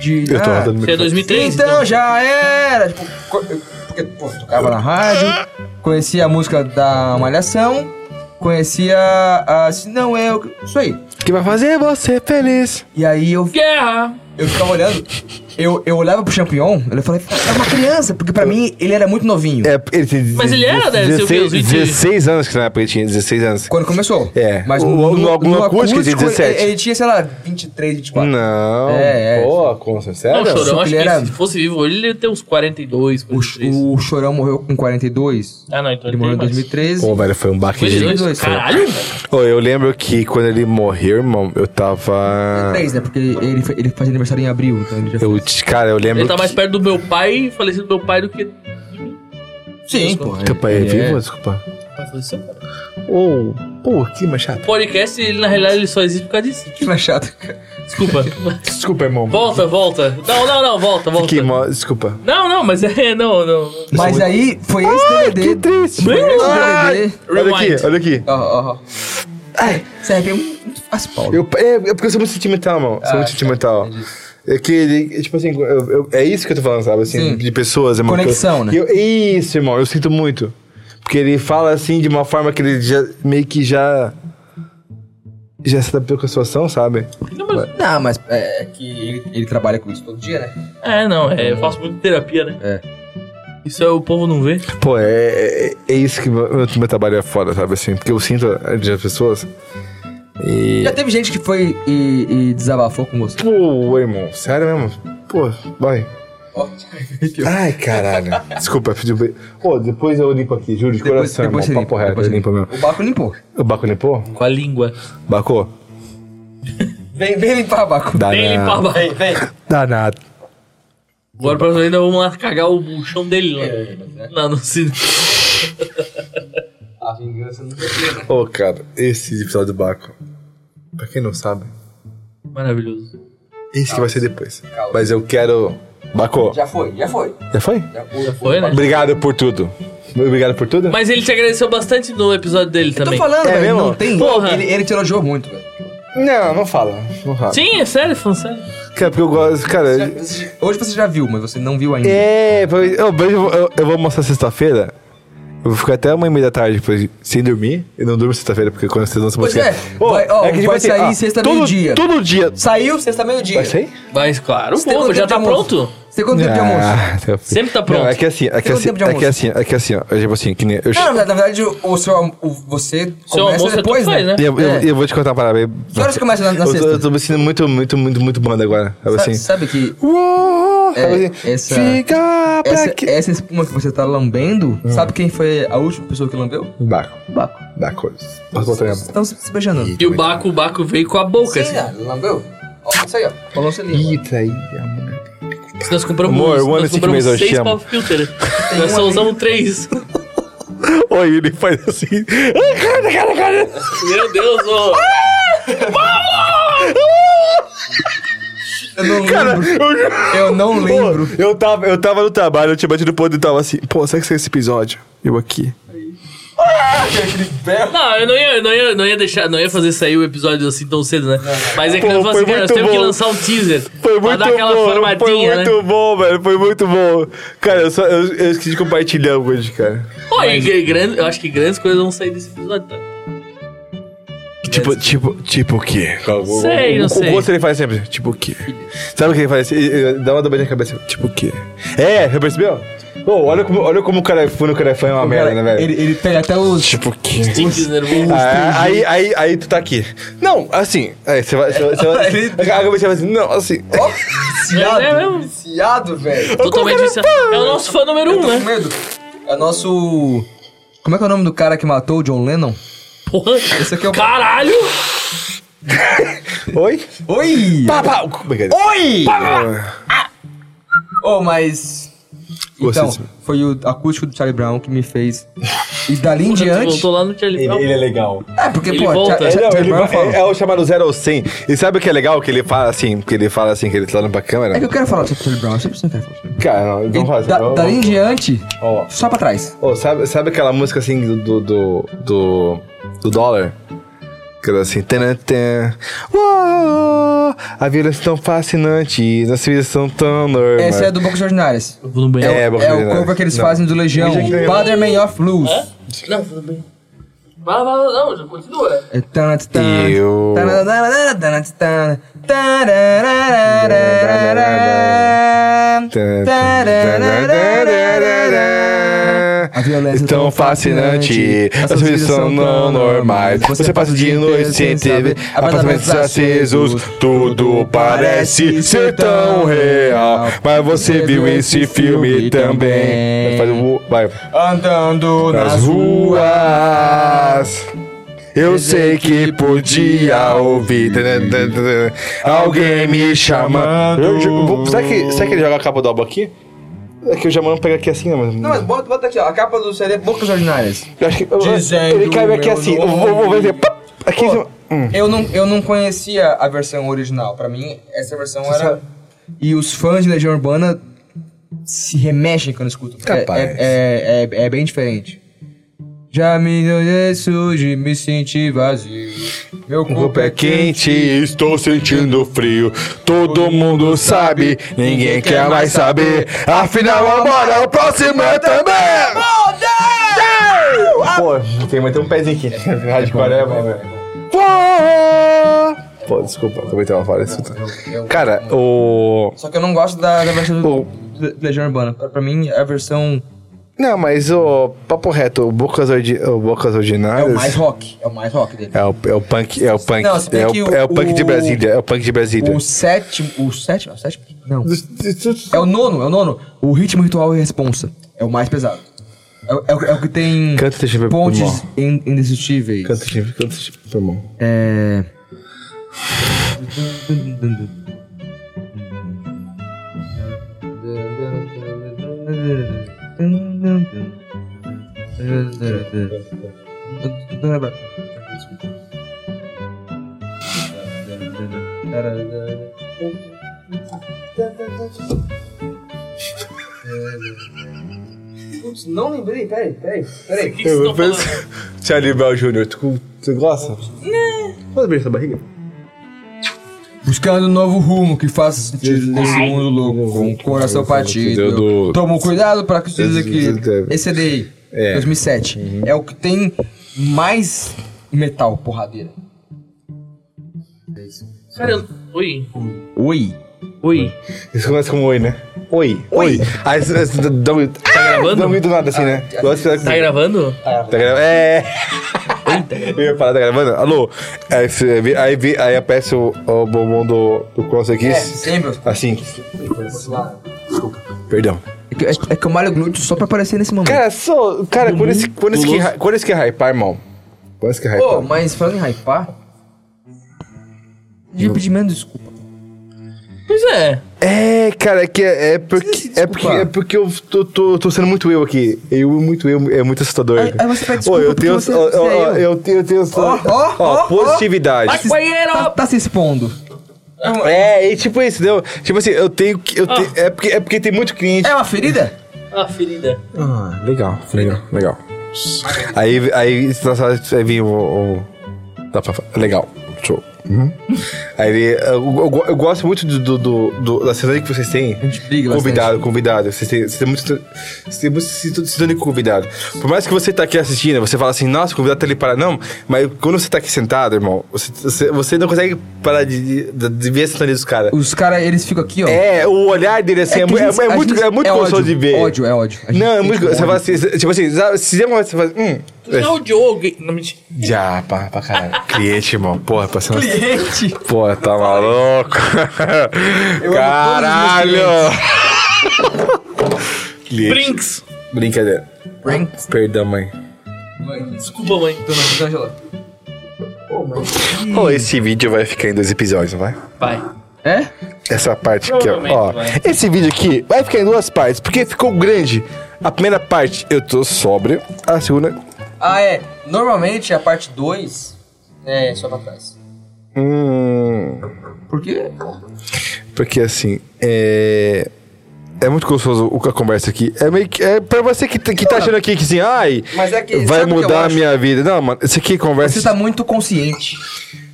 Speaker 3: de... de
Speaker 4: Eu tô
Speaker 3: ah,
Speaker 4: rodando
Speaker 2: Você é
Speaker 4: meu.
Speaker 2: 2003?
Speaker 3: Então, já era! Tipo, co- eu- porque, pô, tocava na rádio, conhecia a música da Malhação, conhecia a Se Não Eu. Isso aí.
Speaker 4: Que vai fazer você feliz.
Speaker 3: E aí eu,
Speaker 2: Guerra!
Speaker 3: eu ficava olhando, eu, eu olhava pro Champignon, eu falei, é uma criança, porque pra mim ele era muito novinho.
Speaker 4: É, ele tem
Speaker 2: Mas ele era, deve ser o quê?
Speaker 4: 16,
Speaker 2: Os 20?
Speaker 4: 16 anos que na época ele tinha, 16 anos.
Speaker 3: Quando começou.
Speaker 4: É. O- no- no acústico ele tinha 17.
Speaker 3: Ele, ele tinha, sei lá, 23, 24.
Speaker 4: Não.
Speaker 3: É, é.
Speaker 4: Pô, com
Speaker 2: Não,
Speaker 4: sério?
Speaker 2: chorão, acho
Speaker 3: Ele era-
Speaker 2: que se fosse vivo hoje, ele ia ter uns 42,
Speaker 3: O,
Speaker 2: 43.
Speaker 3: o Chorão morreu com 42.
Speaker 2: Ah, não, então ele
Speaker 3: Ele morreu
Speaker 2: tem
Speaker 3: em
Speaker 2: mais.
Speaker 3: 2013.
Speaker 4: Pô, velho, foi um baque.
Speaker 2: Ele-
Speaker 4: de-
Speaker 3: 22,
Speaker 2: Caralho!
Speaker 3: É
Speaker 4: Ô, eu lembro que quando ele morreu, irmão, eu tava.
Speaker 3: 3, né? Porque ele, fe- ele faz aniversário em abril, então ele já
Speaker 4: Eu, te- cara, eu lembro.
Speaker 2: Ele tá mais
Speaker 4: que...
Speaker 2: perto do meu pai, falecido do meu pai, do que.
Speaker 3: Sim, pô.
Speaker 4: Teu pai é
Speaker 3: ele
Speaker 4: vivo? Desculpa.
Speaker 2: Vai falecer, cara.
Speaker 4: Ô, pô, que machado.
Speaker 2: O podcast, ele, na realidade, ele só existe por causa disso.
Speaker 3: Que machado, cara.
Speaker 2: Desculpa.
Speaker 4: Desculpa, irmão.
Speaker 2: volta, volta. Não, não, não, volta, volta.
Speaker 4: Que mo... Desculpa.
Speaker 2: Não, não, mas é. Não, não.
Speaker 3: Mas aí foi esse
Speaker 4: Que
Speaker 3: DVD.
Speaker 4: triste.
Speaker 3: Foi esse
Speaker 4: Ai,
Speaker 3: DVD.
Speaker 4: olha
Speaker 2: Rewind.
Speaker 4: aqui, olha aqui.
Speaker 3: Ó, ó, ó. Ai, serve muito fácil, Paulo.
Speaker 4: Eu, é, é porque eu sou muito sentimental, mano.
Speaker 3: Ah,
Speaker 4: Sou
Speaker 3: tá,
Speaker 4: muito sentimental. É que, ele- é tipo assim, eu- eu- é isso que eu tô falando, sabe? Assim,
Speaker 3: Sim.
Speaker 4: de pessoas, irmão.
Speaker 3: Conexão, né?
Speaker 4: que eu- que eu- isso, irmão, eu sinto muito. Porque ele fala assim de uma forma que ele já, meio que já. Já se adaptou com a situação, sabe?
Speaker 2: Não, mas-
Speaker 3: Não, mas é que ele, ele trabalha com isso todo dia, né?
Speaker 2: é, não, é, eu faço muito terapia, né?
Speaker 3: É.
Speaker 2: Isso é o povo não vê.
Speaker 4: Pô, é, é, é isso que meu, meu- meu trabalho é foda, sabe? Assim, porque eu sinto as pessoas. E.
Speaker 3: Já teve gente que foi e, e desabafou com você.
Speaker 4: Pô, irmão, sério mesmo? Pô, vai.
Speaker 3: Ó,
Speaker 4: Ai, caralho. Desculpa, pedi um beijo. Ô, depois eu limpo aqui, juro, de coração,
Speaker 3: depois
Speaker 4: irmão.
Speaker 3: você
Speaker 4: Papo
Speaker 3: limpa,
Speaker 4: reto,
Speaker 3: depois
Speaker 4: eu
Speaker 3: você
Speaker 4: limpo mesmo.
Speaker 3: O Baco limpou.
Speaker 4: O Baco limpou?
Speaker 2: Com a língua.
Speaker 4: Baco?
Speaker 3: Vem, vem limpar, Baco.
Speaker 2: Tem ele pra baixo.
Speaker 3: vem.
Speaker 4: Danado.
Speaker 2: Agora pra ainda vamos lá cagar o o chão dele lá.
Speaker 3: É.
Speaker 2: Lá no cinema.
Speaker 3: né? A vingança não
Speaker 4: Ô, cara, esse episódio do Baco, pra quem não sabe,
Speaker 2: Maravilhoso.
Speaker 4: esse que vai ser depois.
Speaker 3: Calma.
Speaker 4: Mas eu quero... Baco, já,
Speaker 3: Já foi, já foi.
Speaker 4: foi?
Speaker 3: Já
Speaker 2: Foi, né?
Speaker 4: Obrigado por tudo. Obrigado por tudo.
Speaker 2: Mas ele te agradeceu bastante no episódio dele
Speaker 3: Eu tô
Speaker 2: também.
Speaker 3: falando,
Speaker 4: É
Speaker 3: velho.
Speaker 4: mesmo?
Speaker 3: Não tem.
Speaker 2: Porra.
Speaker 3: Ele, ele te elogiou muito, velho.
Speaker 4: Não, não fala. Não fala.
Speaker 2: Sim, é sério, falando sério.
Speaker 4: Cara, porque eu gosto. Cara,
Speaker 3: Você- Hoje você já viu, mas você não viu ainda.
Speaker 4: É, pra- eu, mas eu, eu- eu vou mostrar sexta-feira. Eu vou ficar até uma e meia da tarde depois, sem dormir. Eu não durmo sexta-feira, porque quando vocês lançam
Speaker 3: Pois
Speaker 4: música.
Speaker 3: é, vai- ó, vai
Speaker 4: ter-
Speaker 3: sair sexta
Speaker 4: todo-
Speaker 3: meio-dia.
Speaker 4: Todo dia.
Speaker 3: Saiu sexta meio-dia.
Speaker 4: Vai sair?
Speaker 2: Mas claro,
Speaker 3: Você tem
Speaker 2: pô,
Speaker 3: quanto
Speaker 2: já
Speaker 3: tempo
Speaker 2: tá
Speaker 3: de almoço?
Speaker 2: pronto.
Speaker 3: Você tem quanto tempo de almoço?
Speaker 4: Ah, teu filho.
Speaker 2: Sempre tá pronto.
Speaker 4: Não, é que assim, é que
Speaker 3: Tem quanto
Speaker 4: assim,
Speaker 3: tempo de
Speaker 4: é
Speaker 3: almoço?
Speaker 4: que assim, é que assim, ó. Eu, tipo assim, que nem. Eu,
Speaker 3: Não, na verdade, o, o seu almo- o- você
Speaker 2: Seu
Speaker 3: começa
Speaker 2: almoço é tu
Speaker 3: depois,
Speaker 2: que faz, né?
Speaker 4: e eu, eu-
Speaker 3: É.
Speaker 4: eu vou te contar uma parada aí.
Speaker 3: Que horas começa na- na
Speaker 4: eu, tô-
Speaker 3: sexta?
Speaker 4: Eu tô me sentindo muito, muito, muito, muito banda agora. Sabe
Speaker 3: Sa-
Speaker 4: assim?
Speaker 3: Sabe que
Speaker 4: Uou,
Speaker 3: É,
Speaker 4: sabe assim,
Speaker 3: essa-
Speaker 4: Fica Ah, pra Hum.
Speaker 3: essa,
Speaker 4: que.
Speaker 3: essa espuma que você tá lambendo, sabe quem foi a última pessoa que lambeu?
Speaker 4: Baco,
Speaker 3: O Baco.
Speaker 4: dá coisa. Posso botar minha mão?
Speaker 3: Estão se se beijando.
Speaker 2: E o Baco, o Baco veio com a boca, assim.
Speaker 3: né? lambeu? Ó, isso aí, ó. Falou seu
Speaker 4: Ih,
Speaker 3: língua.
Speaker 4: traí a mulher.
Speaker 2: Se Nós compramos,
Speaker 4: Amor, um ano e
Speaker 2: nós
Speaker 4: cinco
Speaker 2: compramos
Speaker 4: meses eu
Speaker 2: seis
Speaker 4: te amo.
Speaker 2: pop filter. Nós só usamos três.
Speaker 4: Oi, ele faz assim. Ai, cara, cara, cara.
Speaker 2: Meu Deus, ô.
Speaker 3: Eu não
Speaker 4: Cara,
Speaker 3: lembro.
Speaker 4: eu juro.
Speaker 3: Eu não lembro.
Speaker 4: Pô, eu tava, eu tava no trabalho, eu tinha batido o ponto e tava assim, pô, será que saiu esse episódio? Eu aqui.
Speaker 2: Não, eu não ia, eu não ia, não ia deixar, não ia fazer sair o episódio assim tão cedo, né? Mas é que
Speaker 4: Pô,
Speaker 2: eu falo
Speaker 4: foi
Speaker 2: assim, cara, nós
Speaker 4: muito
Speaker 2: temos que
Speaker 4: bom.
Speaker 2: lançar um teaser.
Speaker 4: Foi
Speaker 2: pra
Speaker 4: muito
Speaker 2: dar aquela
Speaker 4: bom, foi
Speaker 2: formadinha,
Speaker 4: muito
Speaker 2: né?
Speaker 4: bom, velho, foi muito bom. Cara, eu, só, eu, eu esqueci de compartilhar hoje, cara.
Speaker 2: Pô, e gr- grande, eu acho que grandes coisas vão sair desse episódio, tá?
Speaker 4: Tipo, tipo, tipo o quê?
Speaker 2: Sei,
Speaker 4: o,
Speaker 2: não
Speaker 4: o,
Speaker 2: sei.
Speaker 4: O rosto ele faz sempre, tipo o quê? Sabe o que ele faz? Ele- ele Dá uma dobradinha na cabeça, tipo o quê? É, já percebeu? Pô, olha como, olha como o cara foi no cara foi uma merda, né, velho?
Speaker 3: ele, ele pega até os.
Speaker 4: Tipo o quê?
Speaker 2: Tinks nervoso.
Speaker 4: Ah, aí, aí, aí tu tá aqui. Não, assim. Aí você vai. Você vai, você vai
Speaker 3: Ele-
Speaker 4: a cabeça vai assim, não, assim.
Speaker 3: Ó,
Speaker 2: É
Speaker 3: viciado.
Speaker 2: mesmo?
Speaker 3: Viciado, velho.
Speaker 2: Totalmente viciado. É o nosso fã número
Speaker 3: Eu
Speaker 2: um,
Speaker 3: tô com
Speaker 2: né?
Speaker 3: medo. É o nosso. Como é que é o nome do cara que matou o John Lennon?
Speaker 2: Porra.
Speaker 3: Esse aqui é o.
Speaker 2: Caralho!
Speaker 4: Oi?
Speaker 3: Oi!
Speaker 4: Pá, pá. Brincadeira.
Speaker 3: Oi!
Speaker 4: Ah,
Speaker 3: Oh, mas. Então,
Speaker 4: Gostei
Speaker 3: foi o acústico do Charlie Brown que me fez. E dali em
Speaker 2: Tu
Speaker 3: diante.
Speaker 2: Voltou lá no Charlie
Speaker 4: Ele,
Speaker 2: Brown.
Speaker 4: ele é legal.
Speaker 3: É, porque,
Speaker 2: Ele
Speaker 3: pô,
Speaker 2: volta.
Speaker 3: Cha-
Speaker 4: É,
Speaker 3: Cha-
Speaker 4: não,
Speaker 3: Charlie
Speaker 4: ele
Speaker 3: Brown fala.
Speaker 4: é, é o chamado 0 ao 100. E sabe o que é legal? Que ele fala assim, que ele fala assim, que ele tá olhando pra câmera.
Speaker 3: É que eu quero falar sobre o Charlie Brown, eu sempre quero falar sobre
Speaker 4: Cara, não,
Speaker 3: ele.
Speaker 4: vamos falar assim,
Speaker 3: Da-
Speaker 4: vamos-
Speaker 3: Dali em diante,
Speaker 4: Ó,
Speaker 3: só pra trás.
Speaker 4: ó, sabe, sabe aquela música assim do. do. do. do, do dólar? Que era assim. Tanantan. Uou, a vida é tão fascinante, as vidas são tão normais.
Speaker 3: Essa é do Bocas Ordinárias.
Speaker 2: Eu vou no banheiro.
Speaker 4: É,
Speaker 3: É,
Speaker 4: Bocas
Speaker 3: o
Speaker 4: Ordinárias.
Speaker 3: cover que eles
Speaker 4: Não.
Speaker 3: fazem do Legião,
Speaker 4: Deixa que eu-
Speaker 3: Fatherman of Blues.
Speaker 2: É? Não, tudo bem. Vai, vai, vai, não, já continua.
Speaker 3: É tan, tan,
Speaker 4: Eu-
Speaker 3: tan, tan, tan, tan, tan, tan, tan. A violência é
Speaker 4: Tão fascinante, as coisas são não normais. Você passa o dia e noite sem TV, apartamentos acesos, tudo parece ser tão real. Mas você viu esse filme também. Faz o- Vai.
Speaker 3: Andando
Speaker 4: Nas
Speaker 3: nas ruas.
Speaker 4: ruas. Eu sei que podia ouvir alguém me chamando. será, que, será que ele joga a capa do álbum aqui? É que o Jamano pega aqui assim, né? mas-
Speaker 3: Não, mas bota, bota aqui, ó. A capa do CD é Bocas Ordinárias.
Speaker 4: Eu acho que eu-
Speaker 3: Dizendo
Speaker 4: ele caiu aqui
Speaker 3: meu
Speaker 4: assim. Eu
Speaker 3: nome.
Speaker 4: vou, vou fazer. pá, Aqui em cima.
Speaker 3: Eu não, eu não conhecia a versão original. Pra mim, essa versão era.
Speaker 4: sabe?
Speaker 3: E os fãs de Legião Urbana se remexem quando escutam. porque
Speaker 4: Capaz.
Speaker 3: É, é, é, é bem diferente. Já me deu surge, me senti vazio. Meu
Speaker 4: O
Speaker 3: corpo
Speaker 4: corpo é quente, estou sentindo frio. Todo mundo sabe, ninguém quer mais saber. Afinal, agora o próximo é também. Pô, tem mais um pezinho aqui. Hardcore é bom, velho. Pô, desculpa, também tava falando isso. Cara, o.
Speaker 3: Só que eu não gosto da, da versão do,
Speaker 4: Pô.
Speaker 3: do Legião Urbana. Pra, pra mim, a versão
Speaker 4: Não, mas o. Papo reto, o Bocas, Ordi... o Bocas
Speaker 3: é
Speaker 4: Ordinárias.
Speaker 3: o mais rock. É o mais rock dele.
Speaker 4: É o, é o punk, é o punk.
Speaker 3: Não, se bem
Speaker 4: é,
Speaker 3: que
Speaker 4: o,
Speaker 3: o- Um,
Speaker 4: é o punk de
Speaker 3: o-
Speaker 4: Brasília, é o punk de Brasília.
Speaker 3: O sétimo. O sétimo? O sétimo? Não. É o nono, é o nono. O ritmo ritual e responsa. É o mais pesado. É, o- é o- é o que tem
Speaker 4: Canta, deixa eu ver,
Speaker 3: pontes
Speaker 4: irmão.
Speaker 3: in- indestrutíveis.
Speaker 4: Canta, tipo, canta, tipo, tá bom.
Speaker 3: É. Putz, Não lembrei, peraí, peraí, peraí.
Speaker 2: O que vocês estão falando?
Speaker 4: Charlie Brown Jr., tu, tu gosta? Pode abrir essa barriga?
Speaker 3: Buscando um novo rumo que faça sentido nesse mundo louco, com o coração partido.
Speaker 6: Do-
Speaker 3: Toma um cuidado pra que seja que
Speaker 4: do-
Speaker 3: esse daí,
Speaker 4: É.
Speaker 3: 2007, é o que tem mais metal porradeira.
Speaker 2: Cara, eu... Oi.
Speaker 6: Oi.
Speaker 2: Oi.
Speaker 4: Isso começa com oi, né? Oi, oi. Aí você você dá dá um. Tá
Speaker 2: gravando?
Speaker 4: Não do nada assim, né? Gosto de
Speaker 2: Tá gravando?
Speaker 4: Tá gravando? É. Eu ia falar, tá gravando? Alô? Aí, você vê- aí, vê- aí aparece o, o bombom do, do Consta aqui.
Speaker 3: É, sempre.
Speaker 4: Assim, perdão.
Speaker 3: É que, é que eu malho glúteo só pra aparecer nesse momento.
Speaker 4: Cara, só. Cara, quando esse, quando, esse que, ra- quando esse que é hypar, irmão? Quando esse que é hypar?
Speaker 3: Pô, mas falando em hypar. Eu pedir menos desculpa.
Speaker 2: Pois é.
Speaker 4: É, cara, é que é, é porque.
Speaker 3: Desculpa.
Speaker 4: É porque, é porque eu tô, tô, tô sendo muito eu aqui. Eu, muito eu, é muito assustador.
Speaker 3: Aí- aí você pede desculpa
Speaker 4: Ô, eu
Speaker 3: porque
Speaker 4: tenho.
Speaker 3: você-
Speaker 4: ó,
Speaker 3: você é
Speaker 4: ó,
Speaker 3: eu.
Speaker 4: eu tenho. Eu tenho
Speaker 3: Ó, ó, ó, ó.
Speaker 4: positividade.
Speaker 2: Banheiro!
Speaker 3: Tá, tá se expondo. um-
Speaker 4: É, e tipo isso, entendeu? Tipo assim, eu tenho que. Eu
Speaker 3: Ah.
Speaker 4: te- é, porque, é porque tem muito cliente.
Speaker 3: É uma ferida?
Speaker 2: Ah, ferida.
Speaker 4: Ah, legal, legal, legal. Aí, aí, nossa, aí vem o. o- dá pra falar. Legal, show. Uhum. Aí ele- eu, eu go- eu gosto muito do, do- do- do- da sintonia que vocês têm.
Speaker 3: briga bastante.
Speaker 4: Convidado, convidado. Vocês têm, vocês têm muito, vocês têm muito sinto- sintonia com convidado. Por mais que você tá aqui assistindo, você fala assim, nossa, o convidado tá ali parado. Não, mas quando você tá aqui sentado, irmão, você, você, você não consegue parar de, de, de ver a sintonia dos caras.
Speaker 3: Os caras, eles ficam aqui, ó.
Speaker 4: É, o olhar dele assim é,
Speaker 3: que
Speaker 4: mu-
Speaker 3: a gente-
Speaker 4: é- é
Speaker 3: a
Speaker 4: muito,
Speaker 3: gente-
Speaker 4: é muito
Speaker 3: é
Speaker 4: gostoso
Speaker 3: ódio,
Speaker 4: de ver.
Speaker 3: Ódio, é ódio. A gente
Speaker 4: Não, é
Speaker 3: sente
Speaker 4: muito gostoso. Você fala assim, tipo assim, sabe, se der uma você fala, hum.
Speaker 2: Tu já odiou alguém. Não, mentira.
Speaker 4: Já, pra, pra caralho. Cliente, irmão. Porra, passando.
Speaker 3: Gente,
Speaker 4: Porra, tá maluco?
Speaker 3: Eu amo todos os meus
Speaker 4: caralho! Cliente.
Speaker 2: Brinks.
Speaker 4: Brincadeira.
Speaker 3: Pranks.
Speaker 4: Perdão, mãe.
Speaker 2: Desculpa, mãe.
Speaker 3: Dona Angela.
Speaker 2: Hum.
Speaker 4: Ô, esse vídeo vai ficar em dois episódios, não vai?
Speaker 2: Vai.
Speaker 3: É?
Speaker 4: Essa parte aqui, ó. ó.
Speaker 2: Provavelmente vai.
Speaker 4: Esse vídeo aqui vai ficar em duas partes, porque ficou grande. A primeira parte eu tô sóbrio, a segunda.
Speaker 3: Ah, é. Normalmente a parte 2 é só pra trás.
Speaker 4: Hum.
Speaker 3: Por quê?
Speaker 4: Porque assim, é. É muito gostoso o que a conversa aqui. É meio que. É pra você que, t- que tá achando aqui que assim, ai,
Speaker 3: Mas é que-
Speaker 4: vai
Speaker 3: sabe o que eu
Speaker 4: mudar a
Speaker 3: acho?
Speaker 4: minha vida. Não, mano, isso aqui é conversa.
Speaker 3: Você tá muito consciente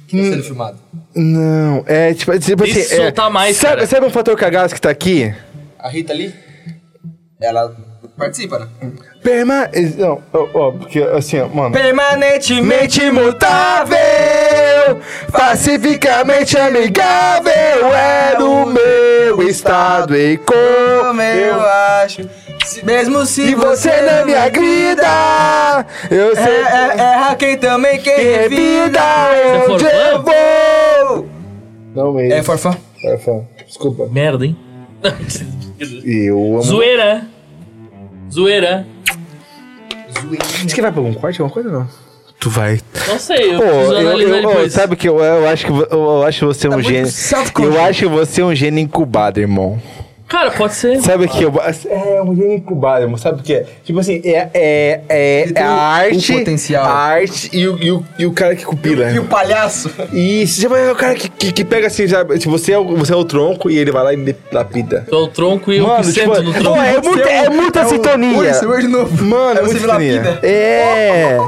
Speaker 3: que
Speaker 4: Hum.
Speaker 3: tá sendo filmado.
Speaker 4: Não, é tipo, tipo
Speaker 2: Deixa
Speaker 4: assim.
Speaker 2: eu
Speaker 4: é-
Speaker 2: soltar mais,
Speaker 4: sabe,
Speaker 2: cara.
Speaker 4: sabe um fator cagaço que tá aqui?
Speaker 3: A Rita ali, ela participa, né?
Speaker 4: Perma. Não, ó, ó, porque assim, ó, mano.
Speaker 3: Permanentemente.
Speaker 4: Mente mutável, pacificamente amigável, é o meu estado e como
Speaker 3: Como eu acho. se- mesmo se
Speaker 4: E você não me agrida, eu
Speaker 3: É,
Speaker 4: sei.
Speaker 3: é, erra quem também quem
Speaker 4: é, Bebida
Speaker 3: revida.
Speaker 4: onde
Speaker 2: Você é
Speaker 4: eu
Speaker 2: forfã?
Speaker 4: vou! Não
Speaker 3: É, forfã?
Speaker 4: É fã. Desculpa.
Speaker 2: Merda, hein?
Speaker 4: Eu amo.
Speaker 2: Zoeira. Zoeira.
Speaker 4: Você que vai pra algum corte, alguma coisa não? Tu vai.
Speaker 2: Não sei, eu
Speaker 4: Pô,
Speaker 2: preciso
Speaker 4: eu,
Speaker 2: analisar
Speaker 4: eu, eu,
Speaker 2: depois.
Speaker 4: sabe que eu, eu acho que vo- eu, eu acho você um
Speaker 3: muito
Speaker 4: gênio.
Speaker 3: self-conscious.
Speaker 4: Eu acho você um gênio incubado, irmão.
Speaker 2: Cara, pode ser.
Speaker 4: Sabe que eu. É um gênio incubado, irmão. Sabe o que é? Tipo assim, é, é, é,
Speaker 3: Ele
Speaker 4: é
Speaker 3: tem
Speaker 4: a
Speaker 3: um- um
Speaker 4: arte.
Speaker 3: potencial.
Speaker 4: A arte e o, e o, e o cara que né? cupila.
Speaker 3: E o palhaço?
Speaker 4: Isso, já vai- é o cara que, que, que pega assim, sabe? Se você é, o, você é o tronco e ele vai lá e me lapida.
Speaker 2: Tô o tronco e eu que
Speaker 4: Mano, tipo,
Speaker 2: sento no tronco.
Speaker 4: pô, é,
Speaker 3: um-
Speaker 4: muita, é muita sintonia.
Speaker 3: Ui, você hoje de novo.
Speaker 4: Mano, é
Speaker 3: Aí
Speaker 4: muita
Speaker 3: você vira
Speaker 4: sintonia.
Speaker 3: vida.
Speaker 4: É.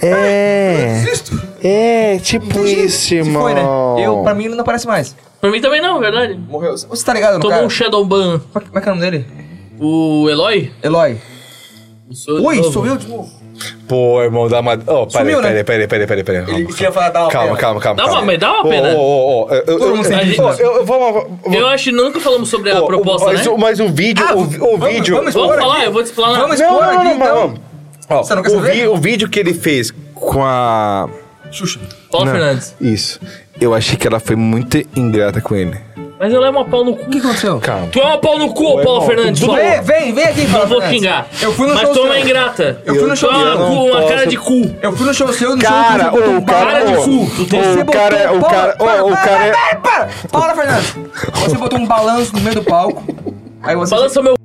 Speaker 4: É. É, tipo isso,
Speaker 3: Se foi, né?
Speaker 4: irmão.
Speaker 3: Eu, pra mim, ele não aparece mais.
Speaker 2: Pra mim também não, é verdade.
Speaker 3: Morreu. Você tá ligado no
Speaker 2: Tomou
Speaker 3: cara?
Speaker 2: um Shadow Ban.
Speaker 3: Como é- como é que é o nome dele?
Speaker 2: O Eloy?
Speaker 3: Eloy.
Speaker 2: Eu sou de
Speaker 3: Oi,
Speaker 2: novo.
Speaker 3: sou eu de novo.
Speaker 4: Pô, irmão, dá uma. Ó, peraí,
Speaker 3: Sumiu, né?
Speaker 4: peraí, peraí, peraí, peraí, peraí.
Speaker 3: Ele
Speaker 4: calma,
Speaker 3: tinha falado dar uma
Speaker 4: Calma,
Speaker 3: pena.
Speaker 4: calma, calma.
Speaker 2: Dá uma-
Speaker 4: calma.
Speaker 2: mas dá uma
Speaker 4: Ô,
Speaker 2: pena.
Speaker 4: Ô, ô, ô, eu- eu-
Speaker 3: Todo mundo
Speaker 4: eu-
Speaker 3: sente
Speaker 4: eu-
Speaker 3: isso.
Speaker 4: eu- eu vou. vou-
Speaker 2: Eu acho que nunca falamos sobre a
Speaker 4: ô,
Speaker 2: proposta,
Speaker 4: mas,
Speaker 2: né?
Speaker 4: o- mas o vídeo.
Speaker 3: Ah,
Speaker 4: o, o
Speaker 3: vamos-
Speaker 4: vídeo.
Speaker 3: vamos
Speaker 2: Vamos
Speaker 3: Bora
Speaker 2: falar,
Speaker 3: aqui.
Speaker 2: eu vou te explanar.
Speaker 3: Vamos
Speaker 4: não,
Speaker 3: expor
Speaker 4: não,
Speaker 3: aqui,
Speaker 4: não, mas,
Speaker 3: então.
Speaker 4: ó,
Speaker 3: Você não quer
Speaker 4: o,
Speaker 3: saber?
Speaker 4: vi- o vídeo que ele fez com a.
Speaker 3: Xuxa.
Speaker 2: Paulo
Speaker 4: Não,
Speaker 2: Fernandes.
Speaker 4: Isso. Eu achei que ela foi muito ingrata com ele.
Speaker 2: Mas ela é uma pau no cu.
Speaker 3: O que aconteceu?
Speaker 4: Calma.
Speaker 2: Tu é uma pau no cu, ô Paulo
Speaker 4: irmão,
Speaker 2: Fernandes.
Speaker 4: tudo
Speaker 2: por
Speaker 4: bem,
Speaker 2: favor.
Speaker 3: Vem, vem, vem aqui,
Speaker 2: Não
Speaker 3: Paulo
Speaker 2: vou
Speaker 3: Fernandes.
Speaker 2: xingar.
Speaker 3: É. Eu fui no
Speaker 2: Mas
Speaker 3: show
Speaker 2: tu é uma
Speaker 3: seu.
Speaker 2: ingrata.
Speaker 3: Eu fui no
Speaker 2: Tu é
Speaker 3: show
Speaker 2: uma,
Speaker 3: seu.
Speaker 4: não
Speaker 2: cu, uma
Speaker 4: posso-
Speaker 2: cara de cu.
Speaker 3: Eu fui no show seu, no
Speaker 4: Cara,
Speaker 3: show
Speaker 4: ô, o cara,
Speaker 2: Cara de
Speaker 4: ô,
Speaker 2: cu, tu tem-
Speaker 4: ô, o cara, o cara, ô, o cara, é-
Speaker 3: um Para, para, para, Paula Fernandes. Você botou um balanço no meio do palco. Aí você,
Speaker 2: Balança meu.
Speaker 3: você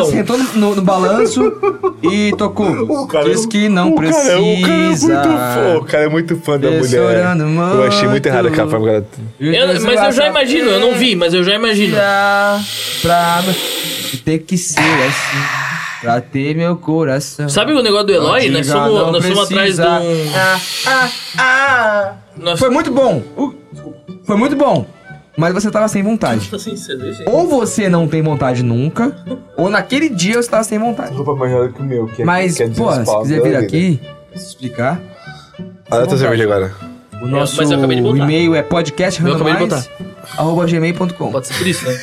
Speaker 2: Então,
Speaker 3: sentou no, no- no balanço e tocou.
Speaker 4: cara é-
Speaker 3: Diz que não
Speaker 4: o cara,
Speaker 3: precisa.
Speaker 4: o cara é muito fã, o cara é muito fã da mulher.
Speaker 3: Tesourando
Speaker 4: Eu achei muito
Speaker 3: muito.
Speaker 4: errado aquela forma. que ela-
Speaker 2: eu- mas eu já imagino, eu não vi, mas eu já imagino.
Speaker 3: É. Já pra me- ter que ser assim pra ter meu coração.
Speaker 2: Sabe o negócio do Eloy?
Speaker 3: Diga,
Speaker 2: Nós somos,
Speaker 3: não
Speaker 2: nós somos atrás do.
Speaker 3: precisa. Ah, ah, ah.
Speaker 2: Nós,
Speaker 3: Foi muito bom. Uh, Foi muito bom. mas você tava sem vontade.
Speaker 2: Tá sem CD, gente.
Speaker 3: Ou você não tem vontade nunca, ou naquele dia você tava sem vontade.
Speaker 4: Roupa maior que o meu, que é
Speaker 3: Mas,
Speaker 4: que é
Speaker 3: pô, se
Speaker 4: 200
Speaker 3: quiser vir
Speaker 4: pau,
Speaker 3: aqui, preciso explicar.
Speaker 4: Olha a tua cerveja agora.
Speaker 3: O nosso
Speaker 2: mas eu acabei de botar.
Speaker 3: e-mail é
Speaker 2: Eu acabei de botar.
Speaker 3: podcastrandomize.gmail.com
Speaker 2: Pode ser por isso, né?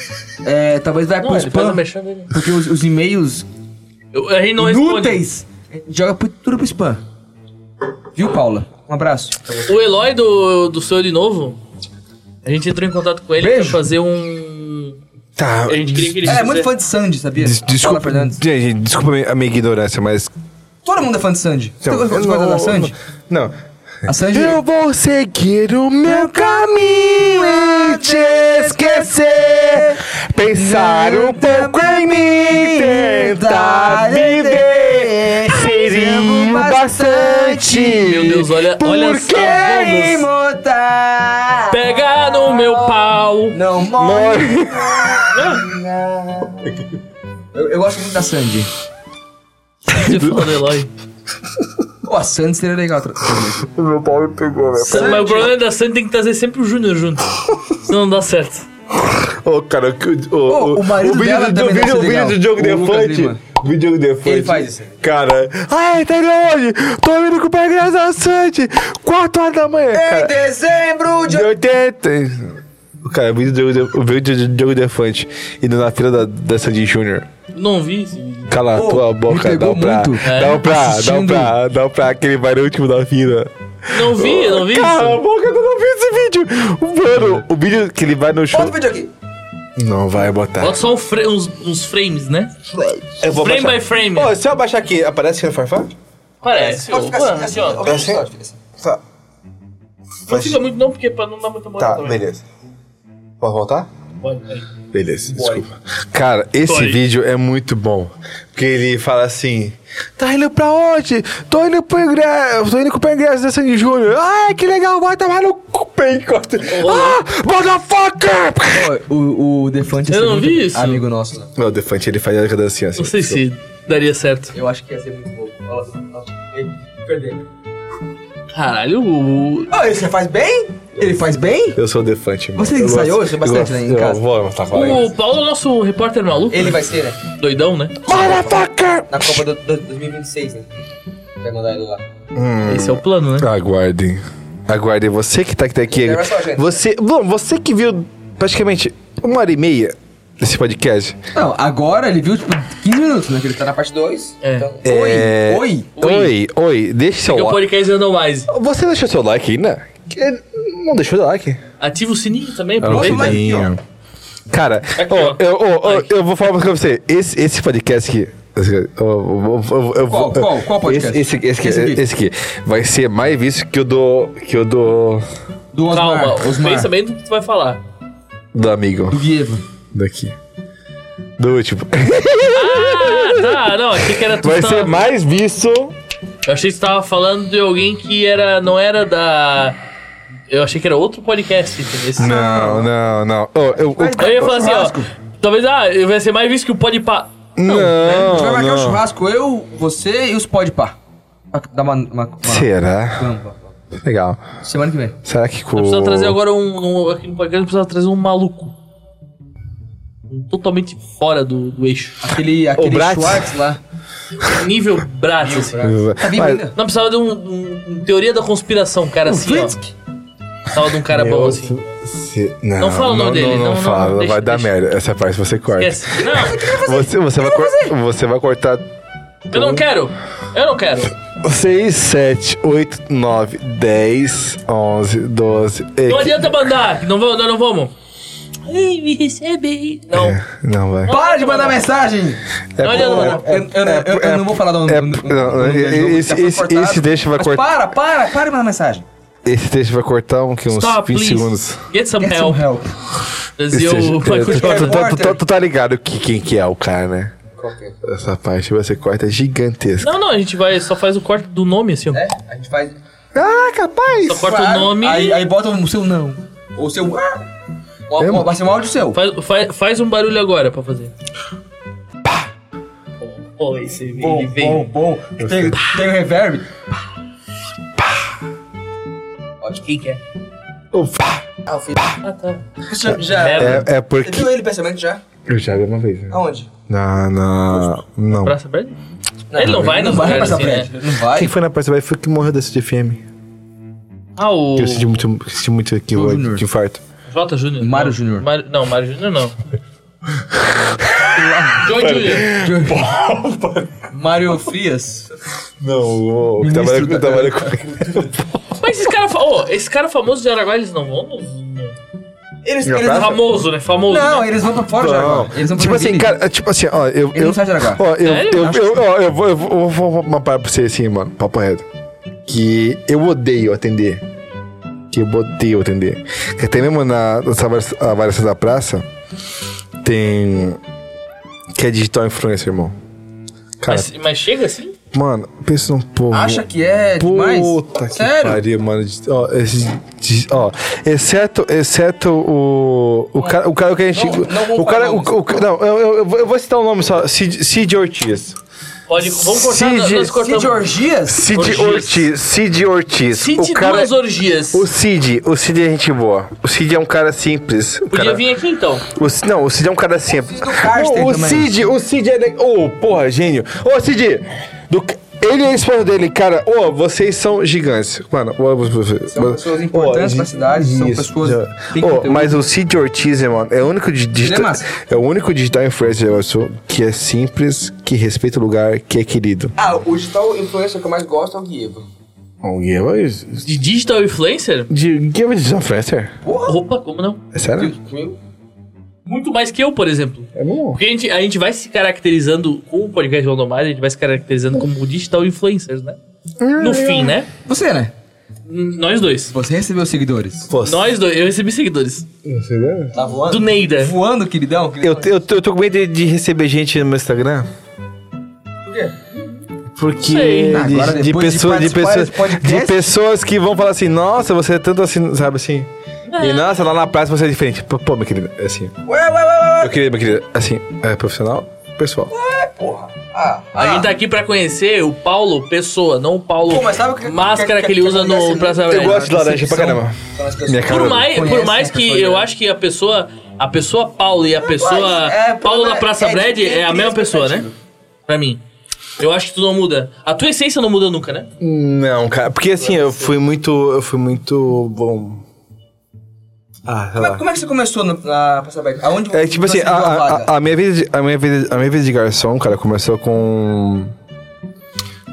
Speaker 3: é, Talvez vai
Speaker 2: Não,
Speaker 3: pro
Speaker 2: ele faz a
Speaker 3: spam,
Speaker 2: mexer dele.
Speaker 3: porque os, os e-mails
Speaker 2: Eu, a gente não responde.
Speaker 3: inúteis eh, joga pro- tudo pro spam. Viu, Paula? Um abraço.
Speaker 2: O Eloy do, do Seu de Novo, a gente entrou em contato com ele
Speaker 3: Beijo.
Speaker 2: pra fazer um...
Speaker 4: Tá.
Speaker 2: A gente queria que ele...
Speaker 3: Ela é
Speaker 2: fizesse-
Speaker 3: muito fã de Sandy, sabia?
Speaker 4: Des-
Speaker 3: Paula
Speaker 4: desculpa,
Speaker 3: Fernandes.
Speaker 4: gente, desculpa a minha ignorância, mas.
Speaker 3: Todo mundo é fã de Sandy. Você
Speaker 4: Então,
Speaker 3: gosta
Speaker 4: eu
Speaker 3: você gosta da Sandy?
Speaker 4: Não.
Speaker 3: A Sandy...
Speaker 4: Eu vou seguir o meu caminho e te esquecer. Pensar um pouco em mim,
Speaker 3: tá
Speaker 4: tentar viver. Seria o bastante.
Speaker 2: Meu Deus, olha- olha
Speaker 4: Por
Speaker 2: só,
Speaker 4: que
Speaker 2: vamos.
Speaker 3: é imortal.
Speaker 2: Pega no meu pau!
Speaker 3: Não morre.
Speaker 4: Morre.
Speaker 3: Eu, eu gosto muito da Sandy.
Speaker 2: Você falou do Eloy.
Speaker 3: Pô, a Sandy seria legal. tra-
Speaker 4: Meu pau me pegou, né? velho.
Speaker 2: Mas o problema é da Sandy tem que trazer sempre o Júnior junto. Senão não dá certo.
Speaker 4: Ô, cara, o que o,
Speaker 3: Ô, o marido
Speaker 4: vídeo,
Speaker 3: dela
Speaker 4: do-
Speaker 3: também
Speaker 4: o
Speaker 3: deve ser
Speaker 4: vídeo, o vídeo
Speaker 3: legal.
Speaker 4: do Diogo
Speaker 3: O Lucas
Speaker 4: Defante.
Speaker 3: Lima.
Speaker 4: O vídeo do Diogo Defante.
Speaker 3: Ele faz isso.
Speaker 4: Cara. Ai, tá indo onde? Tô indo com o Pai Graçante. 4 horas da manhã.
Speaker 2: é
Speaker 3: Em
Speaker 4: Cara.
Speaker 3: dezembro de...
Speaker 4: De 80. Cara, o vídeo do Diogo, De- o vídeo do Diogo Defante indo na fila da, da Sandy Júnior.
Speaker 2: Não vi esse vídeo.
Speaker 4: Cala a
Speaker 3: Ô,
Speaker 4: tua
Speaker 3: me
Speaker 4: boca, dá
Speaker 3: pegou
Speaker 4: um pra.
Speaker 3: muito.
Speaker 2: É.
Speaker 4: Dá um pra, dá um
Speaker 3: Assistindo.
Speaker 4: pra, dá um pra aquele barulho último da fila.
Speaker 2: Não vi, não vi
Speaker 4: Cala a
Speaker 2: isso.
Speaker 4: boca, eu não vi esse vídeo. Mano, o vídeo que ele vai no show.
Speaker 3: Outro vídeo aqui.
Speaker 4: Não vai botar.
Speaker 2: Bota só um fra- uns, uns frames, né?
Speaker 4: Eu vou
Speaker 2: Frame
Speaker 4: baixar.
Speaker 2: by frame.
Speaker 4: Ô, se eu abaixar aqui, aparece o Farfá?
Speaker 2: Parece.
Speaker 3: Pode
Speaker 2: Mano,
Speaker 3: ficar assim, assim,
Speaker 2: assim, ó.
Speaker 3: ó. Alguém
Speaker 4: assim?
Speaker 3: pode ficar assim.
Speaker 4: Tá.
Speaker 2: Não fica muito não, porque pra não dar muita moral
Speaker 4: Tá,
Speaker 2: também.
Speaker 4: beleza. Posso voltar?
Speaker 2: Pode, peraí.
Speaker 4: Beleza, desculpa. Cara, esse
Speaker 2: Boy.
Speaker 4: vídeo é muito bom. Porque ele fala assim: Tá indo pra onde? Tô indo pro ingresso. Tô indo com o ingresso da Sandy Júnior. Ai, que legal, vai tomar no cu, pé encosta.
Speaker 3: Oh.
Speaker 4: Ah, motherfucker!
Speaker 3: Ó, o, o Defante ia
Speaker 2: Eu
Speaker 3: ser
Speaker 2: não
Speaker 3: muito
Speaker 2: vi isso.
Speaker 3: amigo nosso. né?
Speaker 4: Não, o Defante, ele faz a cadência assim.
Speaker 2: Não sei se daria certo.
Speaker 3: Eu acho que ia ser muito bom. Nossa, nossa, ele- Perdeu.
Speaker 2: Caralho, o...
Speaker 3: Ah, ele faz bem? Ele faz bem?
Speaker 4: Eu sou o Defante, mano.
Speaker 3: Você
Speaker 4: Eu
Speaker 3: ensaiou?
Speaker 4: gosto-
Speaker 3: Você bastante,
Speaker 4: eu
Speaker 3: né,
Speaker 4: gosto-
Speaker 3: em
Speaker 4: eu
Speaker 3: casa?
Speaker 4: vou mostrar pra ela.
Speaker 2: O Paulo é o nosso repórter maluco.
Speaker 3: Ele vai ser, né?
Speaker 2: Doidão, né?
Speaker 4: Motherfucker!
Speaker 3: Na Copa do, do 2026, né? Vai mandar ele lá. Hum.
Speaker 2: Esse é o plano, né?
Speaker 4: Aguardem. Aguardem. Você que tá aqui. aqui
Speaker 3: Era só, gente.
Speaker 4: você, bom, você que viu praticamente uma hora e meia desse podcast.
Speaker 3: Não, agora ele viu, tipo, 15 minutos, né? Que ele tá na parte 2.
Speaker 2: É.
Speaker 3: Então,
Speaker 4: É.
Speaker 3: Oi, oi.
Speaker 4: Oi, oi, deixa seu
Speaker 2: Porque o
Speaker 4: like.
Speaker 2: podcast é andou mais.
Speaker 4: Você deixou seu like ainda? Que- Não deixou o like.
Speaker 2: Ativa o sininho também,
Speaker 4: Era um
Speaker 2: aproveita.
Speaker 3: like aqui,
Speaker 4: sininho. Cara, ó,
Speaker 2: ó.
Speaker 4: eu, ó, ó, eu vou falar uma coisa pra você. Esse, esse podcast aqui. esse- eu- eu- eu- eu-
Speaker 3: Qual-
Speaker 4: eu-
Speaker 3: qual- qual podcast?
Speaker 4: Esse, esse, esse,
Speaker 3: Esse
Speaker 4: aqui.
Speaker 3: aqui.
Speaker 4: esse aqui. Vai ser mais visto que o do. Que o do.
Speaker 3: Do Osmar.
Speaker 2: Calma,
Speaker 3: Osmar.
Speaker 2: pensa bem do que tu vai falar.
Speaker 4: Do amigo.
Speaker 3: Do Guievo.
Speaker 4: Daqui. Do último.
Speaker 2: Ah, não, achei que era tu
Speaker 4: Vai
Speaker 2: que
Speaker 4: ser
Speaker 2: tava-
Speaker 4: mais visto.
Speaker 2: Eu achei que você tava falando de alguém que era, não era da. Eu achei que era outro podcast. entendeu? Esse-
Speaker 4: Não, não, não. Ô, eu, o-
Speaker 2: Eu ia falar assim, ó. Talvez, ah, vai ser mais visto que o Podpah.
Speaker 4: não,
Speaker 3: A gente vai marcar um
Speaker 4: não.
Speaker 3: churrasco, eu, você e os pode pá. Pra Dar uma. uma, uma-
Speaker 4: Será?
Speaker 3: Vamos, vamos, vamos.
Speaker 4: Legal.
Speaker 3: Semana que vem.
Speaker 4: Será que com.
Speaker 2: Precisa trazer agora um, um- Aqui no podcast precisa trazer um maluco. Um totalmente fora do, do eixo.
Speaker 3: Aquele, aquele
Speaker 4: Bratz.
Speaker 3: Schwartz lá.
Speaker 2: Nível Bratz, assim.
Speaker 3: Tá vivo
Speaker 4: Mas-
Speaker 3: ainda?
Speaker 2: Não, precisava de um, um- um teoria da conspiração, cara, assim, ó.
Speaker 3: Fritz?
Speaker 2: Precisava de um cara
Speaker 4: Meu,
Speaker 2: bom, assim.
Speaker 4: se- Não,
Speaker 2: fala o nome dele,
Speaker 4: Não,
Speaker 2: não, não,
Speaker 4: fala,
Speaker 2: deixa,
Speaker 4: vai dar
Speaker 2: deixa.
Speaker 4: merda. Essa parte você corta.
Speaker 2: Esquece. Não,
Speaker 4: Você, você, vai, cor- você vai cortar
Speaker 2: eu não quero. Eu não quero.
Speaker 4: 6, 7, 8, 9, 10, 11, 12.
Speaker 2: Não adianta mandar, que não vamos, nós não vamos. Ei, me recebe. Não.
Speaker 4: É, Não vai.
Speaker 3: Para de mandar mensagem!
Speaker 4: É,
Speaker 2: Não adianta mandar.
Speaker 3: Eu, eu- eu- eu não vou falar do nome
Speaker 4: é-
Speaker 3: do- do- do-
Speaker 4: não,
Speaker 3: do- do- do-
Speaker 4: esse-
Speaker 3: já foi
Speaker 4: esse-
Speaker 3: cortado.
Speaker 4: esse deixa vai
Speaker 3: Mas
Speaker 4: cortar.
Speaker 3: Para, para, para de mandar mensagem.
Speaker 4: é- Esse texto vai cortar um, que uns
Speaker 2: Stop,
Speaker 4: 20
Speaker 2: please.
Speaker 4: segundos.
Speaker 2: Get some
Speaker 3: Get
Speaker 2: help.
Speaker 3: some help.
Speaker 4: Esse
Speaker 2: Dizia o
Speaker 4: texto- é, tu-
Speaker 2: Michael
Speaker 4: tu-
Speaker 2: Jordan.
Speaker 4: tu- tu- Tu tá ligado que, quem que é o cara, né? Essa parte você corta é gigantesca.
Speaker 2: Não, não, a gente vai, só faz o corte do nome, assim, ó.
Speaker 3: É, a gente faz.
Speaker 4: Ah, capaz!
Speaker 2: Só corta o nome.
Speaker 3: Aí, aí bota o seu não. Ou o seu. Ah, Ou-
Speaker 4: É,
Speaker 3: ou
Speaker 4: mano.
Speaker 3: Vai ser um áudio seu.
Speaker 2: Faz, faz, faz um barulho agora pra fazer. Pá! Pô, esse ele
Speaker 3: Bom,
Speaker 2: vem.
Speaker 3: bom, bom. Tem, tem o reverb.
Speaker 2: Quem que é?
Speaker 4: Ufa.
Speaker 3: Ah, eu fiz.
Speaker 2: Ah, tá.
Speaker 3: Já. já.
Speaker 4: É, é
Speaker 3: Você
Speaker 4: porque.
Speaker 3: viu ele pensamento já?
Speaker 4: Eu já vi uma vez. né?
Speaker 3: Aonde?
Speaker 4: Na. na... Não.
Speaker 2: Praça Verde? Ele não vai nos lugares
Speaker 3: pra
Speaker 2: assim, né?
Speaker 3: frente. Não vai.
Speaker 4: Quem foi na Praça Vai foi que morreu desse de FM.
Speaker 2: Ah, o.
Speaker 4: Que eu senti muito, senti muito aqui,
Speaker 3: Ô,
Speaker 4: o
Speaker 3: Júnior.
Speaker 4: de infarto.
Speaker 2: Jota Júnior.
Speaker 3: Mário
Speaker 2: Não,
Speaker 3: Júnior.
Speaker 2: Mário- Não, Mário Júnior não. Joy Júnior.
Speaker 3: Mário Frias.
Speaker 4: Não, o, o que
Speaker 3: Ministro
Speaker 4: trabalha,
Speaker 3: da-
Speaker 4: trabalha com.
Speaker 2: Mas esse cara, fa- ô, esse cara famoso de Araguá, eles não vão? no-
Speaker 3: Eles,
Speaker 4: Já
Speaker 3: eles
Speaker 4: tá?
Speaker 2: Famoso, né? Famoso.
Speaker 3: Não,
Speaker 2: né?
Speaker 3: eles vão pra fora já.
Speaker 4: Não.
Speaker 3: agora. Eles vão pra
Speaker 4: Tipo assim,
Speaker 3: Joinville.
Speaker 4: cara, tipo assim, ó, eu.
Speaker 3: Ele
Speaker 4: eu
Speaker 3: não sai de Aragá.
Speaker 4: ó, eu,
Speaker 2: Sério?
Speaker 4: eu,
Speaker 2: Acho
Speaker 4: eu, ó, eu vou, eu vou, eu vou falar uma parada pra você assim, mano, papo reto. Que eu odeio atender. Que eu odeio atender. Que até mesmo na nessa varsa- a variação da praça tem. Que é digital influencer, irmão. Cara,
Speaker 2: Mas, mas chega assim?
Speaker 4: mano, pensa num povo.
Speaker 3: Acha que é demais?
Speaker 4: Puta que
Speaker 3: Sério?
Speaker 4: pariu, mano. Ó, esse- de- ó, exceto, exceto o. O cara, o cara que a gente.
Speaker 3: Não, não vou
Speaker 4: o cara.
Speaker 3: falar
Speaker 4: O, o, não, eu, eu- eu vou- eu vou citar o nome só. Cid, Cid Ortiz.
Speaker 2: Pode, vamos cortar,
Speaker 4: Cid-
Speaker 2: nós- nós
Speaker 3: Se
Speaker 2: cortamos.
Speaker 3: Georgias?
Speaker 4: Cid
Speaker 2: Ortiz.
Speaker 4: Ortiz. Cid Ortiz.
Speaker 2: Cid
Speaker 4: o cara. é-
Speaker 2: duas orgias.
Speaker 4: O Cid, o Cid é gente boa. O Cid é um cara simples. O
Speaker 2: Podia
Speaker 4: cara,
Speaker 2: vir aqui então.
Speaker 4: o Ci- não, o Cid é um cara simples.
Speaker 3: do Carsten
Speaker 4: Não, o
Speaker 3: também.
Speaker 4: Cid, o Cid é. le- Ô, porra, gênio. Ô, Cid, do c- ele e a esposa dele, cara, ô, vocês são gigantes. Mano, ô, vocês-
Speaker 3: São pessoas importantes
Speaker 4: gi-
Speaker 3: pra cidade, são
Speaker 4: isso,
Speaker 3: pessoas
Speaker 4: já.
Speaker 3: que têm
Speaker 4: Ô,
Speaker 3: conteúdo.
Speaker 4: mas o Cid Ortiz, é, mano, é o único di- digital.
Speaker 3: massa.
Speaker 4: É, o único digital influencer eu sou, que é simples, que respeita o lugar, que é querido.
Speaker 3: Ah, o digital influencer que eu mais gosto é o Guievo.
Speaker 4: Alguém vai.
Speaker 2: De digital influencer?
Speaker 4: Quem vai é digital influencer?
Speaker 2: Opa, como não?
Speaker 4: É sério?
Speaker 3: Comigo?
Speaker 2: Muito mais que eu, por exemplo.
Speaker 4: É bom.
Speaker 2: Porque a gente, a gente vai se caracterizando com o podcast Valdomar, a gente vai se caracterizando como digital influencers, né?
Speaker 3: Ah,
Speaker 2: No fim, né?
Speaker 3: Você, né?
Speaker 2: N- Nós dois.
Speaker 3: Você recebeu seguidores.
Speaker 2: Nós dois, eu recebi seguidores.
Speaker 3: Tá voando?
Speaker 2: Do Neida.
Speaker 3: Voando, queridão? queridão.
Speaker 4: Eu, eu, eu tô com medo de, de receber gente no meu Instagram.
Speaker 3: Por quê?
Speaker 4: Porque
Speaker 2: Sei.
Speaker 4: de,
Speaker 3: Agora,
Speaker 4: de
Speaker 3: depois de
Speaker 4: pessoas, de,
Speaker 3: participar
Speaker 4: pessoas,
Speaker 3: desse podcast-
Speaker 4: de pessoas que vão falar assim, nossa, você é tanto assim, sabe assim. E nossa, lá na praça você é diferente. Pô, pô, meu querido, é assim.
Speaker 3: Ué, ué, ué, ué.
Speaker 4: Meu querido, meu querido, assim, é profissional, pessoal.
Speaker 3: Porra. Ah,
Speaker 2: A
Speaker 3: ah.
Speaker 2: gente tá aqui pra conhecer o Paulo Pessoa, não o Paulo
Speaker 3: Pô, mas sabe o que-
Speaker 2: Máscara
Speaker 3: que-
Speaker 2: que,
Speaker 3: que-
Speaker 2: ele
Speaker 3: que
Speaker 2: usa
Speaker 3: acontece né?
Speaker 2: no
Speaker 3: no-
Speaker 2: Praça
Speaker 4: Eu
Speaker 2: Velha.
Speaker 4: gosto de laranja pra
Speaker 3: Decepção.
Speaker 4: caramba.
Speaker 3: São Então as pessoas
Speaker 4: Minha
Speaker 3: que
Speaker 4: cara-
Speaker 2: Por
Speaker 3: não
Speaker 2: mais,
Speaker 3: conhecem
Speaker 2: por mais
Speaker 3: a
Speaker 2: que
Speaker 3: pessoa
Speaker 2: eu
Speaker 3: direto.
Speaker 2: acho que a pessoa, a pessoa Paulo e a pessoa
Speaker 3: mas é,
Speaker 2: Paulo da
Speaker 3: é-
Speaker 2: Praça
Speaker 3: é,
Speaker 2: Brad
Speaker 3: ninguém
Speaker 2: é a
Speaker 3: cria
Speaker 2: mesma pessoa, né? Pra mim. Eu acho que tu não muda. A tua essência não muda nunca, né?
Speaker 4: Não, cara, porque assim, eu fui muito. Eu fui muito bom. Ah, sei
Speaker 3: Como é,
Speaker 4: lá.
Speaker 3: como é que você começou no- na Praça Velha? Aonde
Speaker 4: É tipo assim,
Speaker 3: você viu
Speaker 4: a,
Speaker 3: a
Speaker 4: a,
Speaker 3: vaga?
Speaker 4: a- a minha vida de, a, minha vida, a minha vida de garçom, cara, começou com.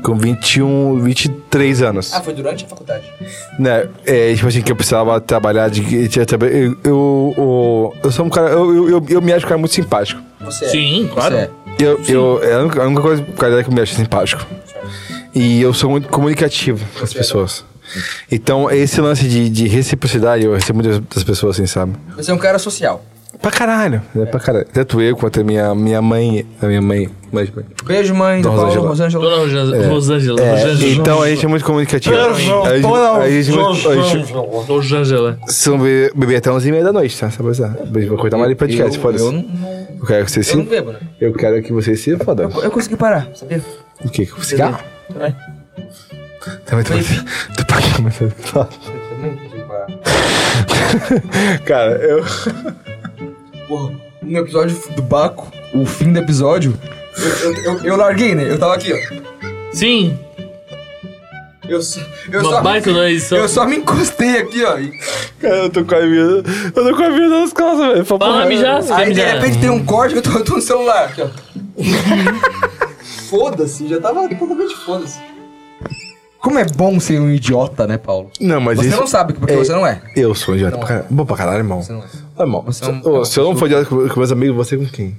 Speaker 4: Com 21, 23 anos.
Speaker 3: Ah, foi durante a faculdade.
Speaker 4: Né? É, tipo assim, que eu precisava trabalhar de. de- de- Eu, eu, eu, eu sou um cara. Eu, eu, eu, eu me acho um cara muito simpático.
Speaker 3: Você é.
Speaker 2: Sim, claro.
Speaker 3: Você é.
Speaker 4: Eu, eu, é a única a única coisa cara, que eu me acho simpático. E eu sou muito comunicativo com as pessoas. Então, esse lance de, de reciprocidade, eu recebo muitas das pessoas assim, sabe?
Speaker 3: Você é um cara social.
Speaker 4: Pra caralho, né? Pra caralho. Tanto eu quanto a minha, minha mãe. A minha mãe. mãe, mãe.
Speaker 3: Beijo, mãe do
Speaker 4: Dona
Speaker 3: Paulo,
Speaker 4: Rosângela.
Speaker 3: Rosângela.
Speaker 2: Dona Rosângela. Rosângela.
Speaker 4: É,
Speaker 2: Rosângela.
Speaker 4: então a gente é muito comunicativo. A gente, a gente, muito- a gente
Speaker 2: Rosângela.
Speaker 4: são be- beber até 11 e meia da noite, tá? Só pra avisar. Vou cortar mais de podcast,
Speaker 3: eu,
Speaker 4: foda-se.
Speaker 3: eu,
Speaker 4: Eu,
Speaker 3: não, não-
Speaker 4: quero que você
Speaker 3: eu não
Speaker 4: se.
Speaker 3: bebo, né?
Speaker 4: Eu quero que você se foda.
Speaker 3: Eu consegui parar, sabia?
Speaker 4: O quê? Cigarro?
Speaker 3: Também.
Speaker 4: Também tô Tô pagando.
Speaker 3: Eu também consegui parar.
Speaker 4: Cara, eu.
Speaker 3: Porra, no episódio do Baco, o fim do episódio, eu, eu, eu- eu larguei, né? Eu tava aqui, ó.
Speaker 2: Sim,
Speaker 3: Eu, só- eu,
Speaker 2: uma
Speaker 3: só,
Speaker 2: baita na edição.
Speaker 3: eu só me encostei aqui, ó. e-
Speaker 4: Cara, eu tô com a minha. Eu tô com a minha nas calças, velho. Pra
Speaker 2: Fala,
Speaker 4: porra.
Speaker 2: mijar, você quer
Speaker 3: Aí de
Speaker 4: é
Speaker 2: mijar?
Speaker 3: repente tem um corte que eu tô, eu tô no celular aqui, ó. foda-se, já tava totalmente foda-se. Como é bom ser um idiota, né, Paulo?
Speaker 4: Não, mas
Speaker 3: Você
Speaker 4: isso.
Speaker 3: não sabe porque
Speaker 4: é-
Speaker 3: você não é.
Speaker 4: Eu sou um idiota pra caralho. Bom pra caralho, irmão. Você
Speaker 3: não é.
Speaker 4: Irmão,
Speaker 3: Você é um-
Speaker 4: se- ô, se eu não for idiota com, com meus amigos, você é com quem?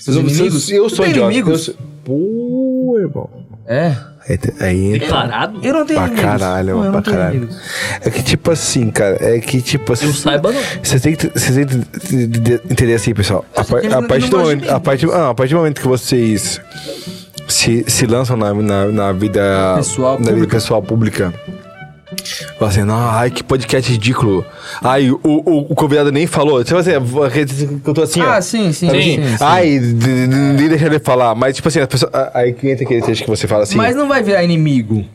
Speaker 3: Seus
Speaker 4: eu,
Speaker 3: inimigos?
Speaker 4: eu, eu
Speaker 3: Tu
Speaker 4: sou
Speaker 3: tem
Speaker 4: idiota. Eu
Speaker 3: inimigos?
Speaker 4: sou... Pô, irmão.
Speaker 3: É.
Speaker 4: Aí, te- aí entra-
Speaker 2: Declarado?
Speaker 3: Eu não tenho
Speaker 4: Pra
Speaker 3: inimigos.
Speaker 4: caralho,
Speaker 3: Não, eu
Speaker 4: pra
Speaker 3: não tenho
Speaker 4: caralho.
Speaker 3: inimigos.
Speaker 4: É que tipo assim, cara, é que tipo assim.
Speaker 2: Eu saiba não.
Speaker 4: Você tem que, você tem que entender assim, pessoal. A, par-
Speaker 3: que eles
Speaker 4: a
Speaker 3: não-
Speaker 4: partir
Speaker 3: não
Speaker 4: do
Speaker 3: gostam
Speaker 4: momento,
Speaker 3: de
Speaker 4: a
Speaker 3: mim.
Speaker 4: partir, ah, a partir do momento que vocês se, se lançam na, na, na vida
Speaker 3: Pessoal,
Speaker 4: na vida
Speaker 3: pública.
Speaker 4: pessoal pública. Fala assim, "Não, ai, que podcast ridículo. Ai, o, o, o convidado nem falou. Tipo assim, eu tô assim, ó.
Speaker 3: Ah, sim, sim,
Speaker 4: Sabe
Speaker 3: sim.
Speaker 4: assim?
Speaker 3: sim, sim.
Speaker 4: Ai, de- de- de- nem deixa ele falar. Mas, tipo assim, as pessoas- a- aí que entra aquele texto que você fala assim.
Speaker 3: Mas não vai virar inimigo.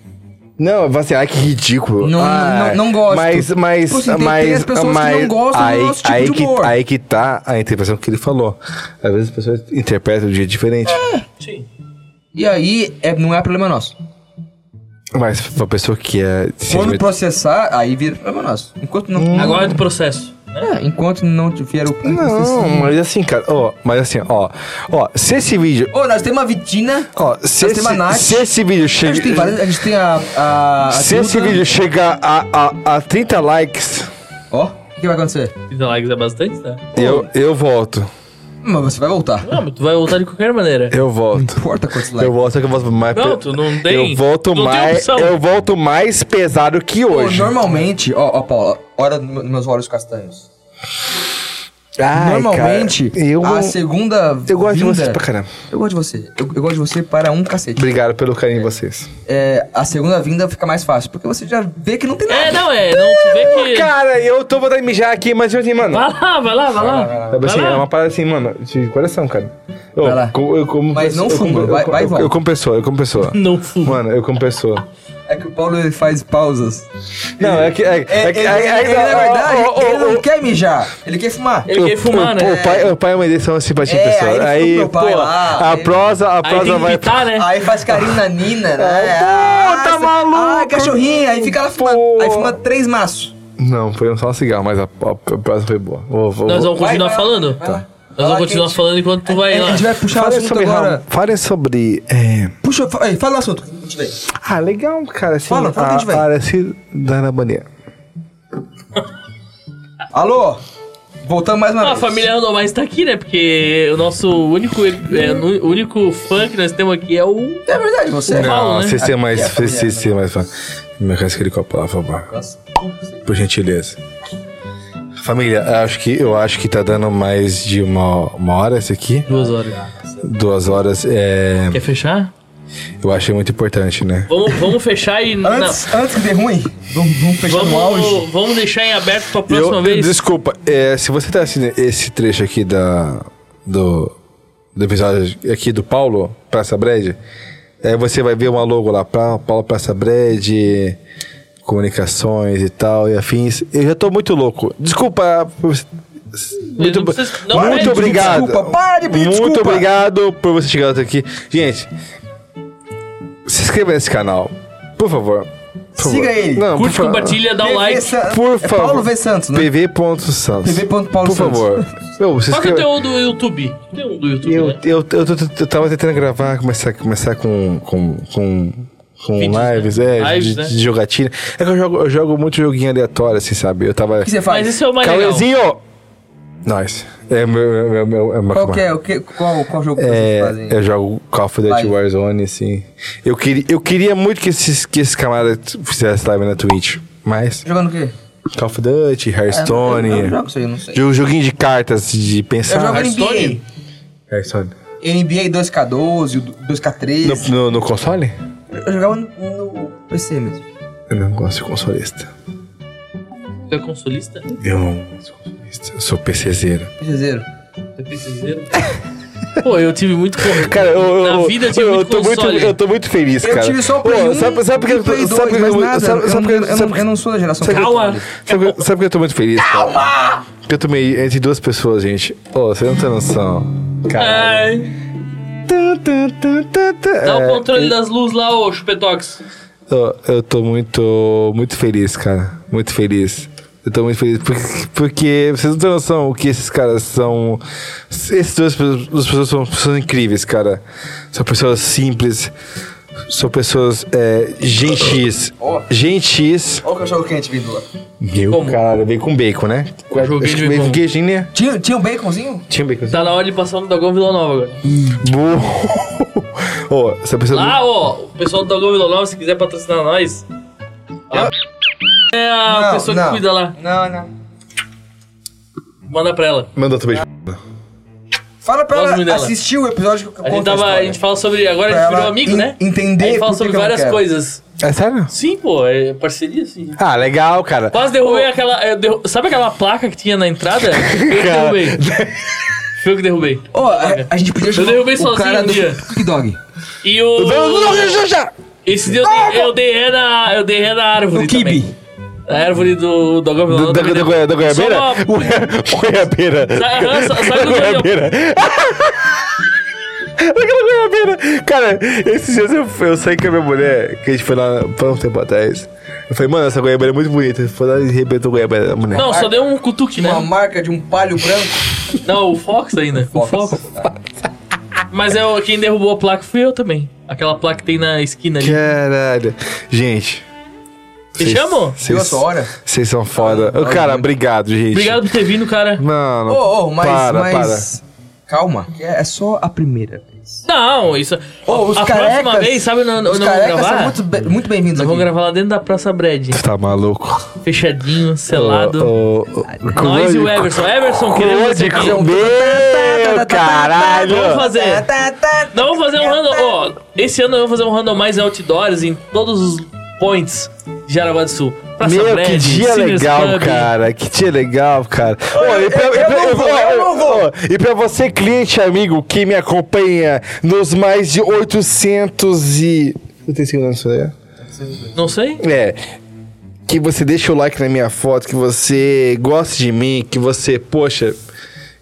Speaker 4: Não, você, ai que ridículo.
Speaker 3: Não-
Speaker 4: Ah,
Speaker 3: não- não gosto.
Speaker 4: Mas, mas,
Speaker 3: Tipo assim, tem-
Speaker 4: mas,
Speaker 3: tem as pessoas que
Speaker 4: mas
Speaker 3: não gostam do
Speaker 4: aí,
Speaker 3: nosso tipo
Speaker 4: aí
Speaker 3: de
Speaker 4: que,
Speaker 3: humor.
Speaker 4: Aí que tá a interpretação que ele falou. Às vezes as pessoas interpretam de jeito diferente.
Speaker 2: Sim.
Speaker 3: E aí, é, não é problema nosso.
Speaker 4: Mas pra pessoa que é. se
Speaker 3: Quando
Speaker 4: admite-
Speaker 3: processar, aí vira problema nosso. Enquanto não.
Speaker 2: Agora é do processo. Né?
Speaker 3: É, enquanto não tiver o.
Speaker 4: Hum. Não, mas assim, cara, ó, mas assim, ó, ó, se esse vídeo.
Speaker 3: Ô, nós temos uma Vitina.
Speaker 4: Ó, se,
Speaker 3: Nós temos a Nath.
Speaker 4: esse, se esse vídeo
Speaker 3: A gente tem várias.
Speaker 4: chega.
Speaker 3: A gente tem a. a, a
Speaker 4: Se esse
Speaker 3: Tuca.
Speaker 4: vídeo chegar a, a, a 30 likes,
Speaker 3: Ó, o que, que vai acontecer?
Speaker 2: 30 likes é bastante, tá?
Speaker 4: eu, eu volto.
Speaker 3: Mas você vai voltar.
Speaker 2: Não, mas tu vai voltar de qualquer maneira.
Speaker 4: Eu volto.
Speaker 3: Não importa quantos
Speaker 4: Eu
Speaker 3: likes.
Speaker 4: volto, só que eu volto mais. pe-
Speaker 2: Não, tu não tem-
Speaker 4: Eu volto
Speaker 2: não tem
Speaker 4: mais.
Speaker 2: opção.
Speaker 4: eu volto mais pesado que
Speaker 3: Pô,
Speaker 4: hoje.
Speaker 3: normalmente, ó, ó, Paula, olha nos meus olhos castanhos.
Speaker 4: Ai,
Speaker 3: normalmente,
Speaker 4: cara, eu,
Speaker 3: a segunda.
Speaker 4: eu gosto de
Speaker 3: vinda-
Speaker 4: vocês pra caramba.
Speaker 3: Eu gosto de você. Eu, eu gosto de você para um cacete.
Speaker 4: Obrigado pelo carinho em vocês.
Speaker 3: É, a segunda vinda fica mais fácil, porque você já vê que não tem nada.
Speaker 2: É, não, é. Não, tu vê que.
Speaker 4: Cara, eu tô botando mijar aqui, mas eu assim, mano.
Speaker 2: Vai lá, vai lá, vai lá.
Speaker 4: Sabe assim,
Speaker 2: Vai
Speaker 4: é
Speaker 2: lá.
Speaker 4: uma parada assim, mano, de coração, cara. Eu,
Speaker 3: Vai lá.
Speaker 4: co- eu como
Speaker 3: Mas
Speaker 4: pessoa-
Speaker 3: não
Speaker 4: eu como-
Speaker 3: fuma,
Speaker 4: eu
Speaker 3: vai-
Speaker 4: co-
Speaker 3: vai e
Speaker 4: eu,
Speaker 3: volta.
Speaker 4: eu como pessoa, eu como pessoa.
Speaker 2: Não fuma.
Speaker 4: Mano, eu como pessoa.
Speaker 3: É que o Paulo ele faz pausas.
Speaker 4: Não, é que. É,
Speaker 3: É,
Speaker 4: é que-
Speaker 3: ele,
Speaker 4: é- é-
Speaker 3: ele, na
Speaker 4: ó,
Speaker 3: verdade,
Speaker 4: ó, ó,
Speaker 3: ele não
Speaker 4: ó,
Speaker 3: quer mijar. Ele quer fumar.
Speaker 2: Ele quer
Speaker 4: o-
Speaker 2: fumar,
Speaker 4: o-
Speaker 2: né?
Speaker 4: O pai, o pai e a mãe dele são assim pra
Speaker 3: É,
Speaker 4: é, pessoa.
Speaker 3: aí ele
Speaker 4: Aí,
Speaker 3: fica com
Speaker 4: pô,
Speaker 3: o pai lá,
Speaker 4: a
Speaker 3: aí-
Speaker 4: prosa, a
Speaker 2: Aí tem
Speaker 4: prosa
Speaker 2: que
Speaker 4: vai.
Speaker 2: pitar, né?
Speaker 3: Aí faz carinho na Nina, né?
Speaker 4: Ah, tá
Speaker 3: cê-
Speaker 4: maluco.
Speaker 3: Ah, cachorrinho. Aí fica lá fumando.
Speaker 4: Pô.
Speaker 3: Aí fuma três maços.
Speaker 4: Não, foi só um cigarro, mas a, a, a prosa foi boa. Vou, vou,
Speaker 2: Nós
Speaker 4: vou.
Speaker 2: vamos continuar
Speaker 3: vai lá, Tá.
Speaker 2: falando? Tá.
Speaker 3: vai lá.
Speaker 2: Nós
Speaker 3: Vai lá,
Speaker 2: vamos continuar
Speaker 3: gente.
Speaker 2: falando enquanto tu
Speaker 3: A
Speaker 2: vai lá.
Speaker 3: gente vai puxar o
Speaker 4: Falem
Speaker 3: um assunto
Speaker 4: sobre,
Speaker 3: agora.
Speaker 4: Raul, falem sobre. é,
Speaker 3: Puxa, fa- aí, fala o assunto. A gente vê.
Speaker 4: Ah, legal, cara. Assim,
Speaker 3: Fala, fala que a gente vai.
Speaker 4: Parece da Ana Bonilla.
Speaker 3: Alô? Voltamos mais uma
Speaker 2: Ah, a
Speaker 3: vez.
Speaker 2: família Randomais tá aqui, né? Porque o nosso único, é, nu- único fã que nós temos aqui é o.
Speaker 3: É verdade, você.
Speaker 2: Não. Paulo,
Speaker 4: Não,
Speaker 2: né?
Speaker 4: você ser mais.
Speaker 3: Aqui é a
Speaker 4: Você
Speaker 3: Ana
Speaker 4: ser mais fã. Me aquele copo lá, por favor.
Speaker 3: Nossa, você-
Speaker 4: Por gentileza. Família, acho que, eu acho que tá dando mais de uma, uma hora esse aqui.
Speaker 2: Duas horas.
Speaker 4: Duas horas. É,
Speaker 2: Quer fechar?
Speaker 4: eu achei muito importante, né?
Speaker 2: Vamos, vamos fechar e. não.
Speaker 3: Antes, antes que dê ruim, vamos, vamos fechar no auge.
Speaker 2: Vamos, vamos deixar em aberto pra
Speaker 4: Eu,
Speaker 2: próxima vez.
Speaker 4: Desculpa, é, se você tá assistindo esse trecho aqui da, do, do episódio aqui do Paulo, Praça Bread, aí você vai ver uma logo lá, pra, Paulo Praça Bread, comunicações e tal, e afins. Eu já tô muito louco. Desculpa. por- Muito,
Speaker 2: não
Speaker 4: ob-
Speaker 2: precisa- não
Speaker 4: muito
Speaker 2: pede
Speaker 4: obrigado.
Speaker 3: desculpa, para de pedir
Speaker 4: Muito
Speaker 3: desculpa.
Speaker 4: obrigado por você chegar até aqui. Gente, se inscreva nesse canal, por favor. Por
Speaker 3: Siga
Speaker 4: favor.
Speaker 3: ele.
Speaker 4: Não, por
Speaker 2: Curte,
Speaker 4: favor.
Speaker 2: compartilha, dá o
Speaker 3: PV
Speaker 2: um like.
Speaker 3: Sa-
Speaker 4: Por
Speaker 3: é
Speaker 4: favor.
Speaker 3: Paulo V. Santos, né?
Speaker 4: PV.Santos.
Speaker 3: PV.Paulo
Speaker 4: Por
Speaker 3: Santos.
Speaker 4: favor. Meu, se
Speaker 2: Qual que é o
Speaker 4: inscreva-
Speaker 2: teu do YouTube? Tem um do YouTube,
Speaker 4: eu,
Speaker 2: né?
Speaker 4: eu, eu, tô- eu tava tentando gravar, começar, começar com. com, com com
Speaker 2: Vídeos, né?
Speaker 4: lives, é,
Speaker 2: Lives,
Speaker 4: de,
Speaker 2: né?
Speaker 4: de jogatina. É que eu jogo, eu jogo muito joguinho aleatório, assim, sabe? Eu tava.
Speaker 3: O que você faz?
Speaker 2: Mas esse é o mais legal.
Speaker 4: Cauezinho! Nós. É meu. meu, meu, meu
Speaker 3: Qual que é? O que, qual, qual jogo que vocês fazem?
Speaker 4: É, eu jogo Call of Duty
Speaker 3: Live.
Speaker 4: Warzone, assim. Eu queria, eu queria muito que esses, que esses camaradas fizessem live na Twitch, mas.
Speaker 3: Jogando o quê?
Speaker 4: Call of Duty, Hearthstone.
Speaker 3: Eu, eu É, jogo isso aí, não sei.
Speaker 4: Jogo- Joguinho de cartas, de
Speaker 3: Eu
Speaker 2: Ah,
Speaker 4: pensar.
Speaker 2: é
Speaker 3: jogo
Speaker 2: Hearthstone?
Speaker 3: NBA.
Speaker 4: Hearthstone.
Speaker 3: NBA 2K12, o 2K13.
Speaker 4: No, no- no console?
Speaker 3: Eu jogava no, no PC mesmo.
Speaker 4: Eu não gosto de consolista.
Speaker 2: Tu é consolista?
Speaker 4: Eu não gosto de consolista. Eu sou PCzeiro.
Speaker 3: PC zero.
Speaker 2: Tu é preciseiro? Pô, eu tive muito. cor-
Speaker 4: Cara, eu,
Speaker 2: Na
Speaker 4: eu,
Speaker 2: vida eu
Speaker 4: eu,
Speaker 2: tive
Speaker 4: eu
Speaker 2: muito
Speaker 4: tô muito,
Speaker 2: console.
Speaker 4: eu tô muito feliz,
Speaker 3: Eu
Speaker 4: cara.
Speaker 3: tive só o Play
Speaker 4: Ô,
Speaker 3: 1
Speaker 4: sabe, sabe
Speaker 3: e
Speaker 4: porque eu tô-
Speaker 3: Play 2,
Speaker 4: sabe porque
Speaker 3: mas
Speaker 4: eu-
Speaker 3: nada.
Speaker 4: sabe-
Speaker 3: eu,
Speaker 4: sabe
Speaker 3: não,
Speaker 4: porque-
Speaker 3: eu não-
Speaker 4: sabe-
Speaker 3: eu não sou da geração... um.
Speaker 2: Calma!
Speaker 4: Sabe, que eu- sabe que eu tô muito feliz, cara? Porque eu tomei entre duas pessoas, gente. Ô, você não tem noção. Cara.
Speaker 2: Ai,
Speaker 4: Dá
Speaker 2: É. dá o controle das luzes lá, ô Chupetox.
Speaker 4: Ô, Eu tô muito, muito feliz, cara. Muito feliz. Eu tô muito feliz porque, porque vocês não têm noção o que esses caras são. Esses dois pe- duas pessoas são pessoas incríveis, cara. São pessoas simples, são pessoas é, gentis.
Speaker 3: Ó.
Speaker 4: Gentis.
Speaker 3: Olha o cachorro quente vindo lá.
Speaker 4: Meu
Speaker 2: Como?
Speaker 4: cara, veio com bacon, né?
Speaker 2: Eu joguei
Speaker 4: Acho
Speaker 2: de
Speaker 4: que veio
Speaker 2: bacon.
Speaker 4: com queijinho, né?
Speaker 3: Tinha, tinha um baconzinho?
Speaker 4: Tinha bacon.
Speaker 2: Tá na hora de passar no Dagão Vila Nova agora.
Speaker 3: Uhum.
Speaker 4: Bom. Ô, essa pessoa.
Speaker 2: Lá, Ah, ó, o pessoal do Dagão Vila Nova, se quiser patrocinar nós. É a
Speaker 3: Ah. Não,
Speaker 2: pessoa
Speaker 3: não.
Speaker 2: que cuida lá.
Speaker 3: Não, não.
Speaker 2: Manda pra ela.
Speaker 4: Manda outro beijo.
Speaker 3: Fala pra
Speaker 2: Gosto muito
Speaker 3: ela
Speaker 2: dela.
Speaker 3: assistir o episódio que eu
Speaker 2: A gente,
Speaker 3: conto
Speaker 2: tava, a
Speaker 3: história.
Speaker 2: gente fala sobre. Agora
Speaker 3: Pra
Speaker 2: a gente virou
Speaker 3: ela
Speaker 2: amigo,
Speaker 3: en-
Speaker 2: né?
Speaker 3: entender
Speaker 2: A gente fala
Speaker 3: por que
Speaker 2: sobre
Speaker 3: que eu não
Speaker 2: várias
Speaker 3: quero.
Speaker 2: coisas.
Speaker 4: É sério?
Speaker 2: Sim, pô, é parceria, sim.
Speaker 4: Ah, legal, cara.
Speaker 2: Quase derrubei aquela. eu derru- Sabe aquela placa que tinha na entrada? Eu que
Speaker 4: Cara.
Speaker 2: derrubei. Foi eu que derrubei.
Speaker 3: Ó, a, a gente podia chamar
Speaker 2: derrubei
Speaker 3: o
Speaker 2: sozinho
Speaker 3: cara
Speaker 2: um
Speaker 3: do
Speaker 2: dia.
Speaker 3: Cook Dog.
Speaker 2: E o.
Speaker 4: Não, não, não, já, já.
Speaker 2: Esse dia eu dei, eu dei ré na, eu dei ré na árvore.
Speaker 3: No Ah, kibe.
Speaker 2: também. Na árvore do, do Agora
Speaker 4: Da, da, da, goia- da goiabeira?
Speaker 2: Só uma-
Speaker 4: Goia- Goiabeira.
Speaker 2: aham, sa- sabe o que eu-
Speaker 4: Goiabeira. Daquela goiabeira. Cara, esses dias eu, eu saí com a minha mulher, que a gente foi lá foi um tempo atrás. Eu falei, mano, essa goiabeira é muito bonita. Foi lá e arrebentou a goiabeira da mulher. Ah,
Speaker 2: Não, só deu um cutuque, né?
Speaker 3: Uma marca de um palho branco.
Speaker 2: Não, o Fox ainda. O
Speaker 3: Fox.
Speaker 2: Fox. Mas é o- quem derrubou a placa fui eu também. Aquela placa que tem na esquina ali.
Speaker 4: Caralho. Gente.
Speaker 2: Você
Speaker 4: vocês-
Speaker 2: chamou?
Speaker 4: vocês-
Speaker 3: Deu a sua hora.
Speaker 4: Vocês são foda. Ô, cara, obrigado, gente.
Speaker 2: Obrigado por ter vindo, cara.
Speaker 4: Não, não.
Speaker 3: Ô, ô, mas.
Speaker 4: para,
Speaker 3: mas... Calma, que é é só a primeira vez.
Speaker 2: Não, isso.
Speaker 3: Ô, os
Speaker 2: a
Speaker 3: carecas.
Speaker 2: próxima vez, sabe, nós
Speaker 3: os
Speaker 2: nós vamos
Speaker 3: carecas
Speaker 2: gravar?
Speaker 3: são muito, be- muito bem-vindos
Speaker 2: Nós
Speaker 3: aqui.
Speaker 2: vamos gravar lá dentro da Praça Brad.
Speaker 4: para. Tá maluco.
Speaker 2: Fechadinho, selado.
Speaker 4: Ô, é ô, ô,
Speaker 2: Nós e o
Speaker 4: Clone-
Speaker 2: Everson. Everson, queremos você
Speaker 4: Clone
Speaker 2: aqui.
Speaker 4: com- Meu caralho.
Speaker 2: Vamos fazer.
Speaker 5: Tá, tá,
Speaker 2: Não, vamos fazer um random. Ó, esse ano eu vou fazer um random mais outdoors em todos os points de Jaraguá do Sul. Praça
Speaker 4: Meu,
Speaker 2: Brad,
Speaker 4: que dia
Speaker 2: Sinners
Speaker 4: legal,
Speaker 2: Pub.
Speaker 4: cara. Que dia legal, cara. Ô, e pra- e pra-
Speaker 3: eu
Speaker 4: ô, ô, E pra você, cliente amigo, que me acompanha nos mais de 800 e... Eu tenho segundo isso aí?
Speaker 2: Não sei.
Speaker 4: É. Que você deixa o like na minha foto, que você gosta de mim, que você, poxa,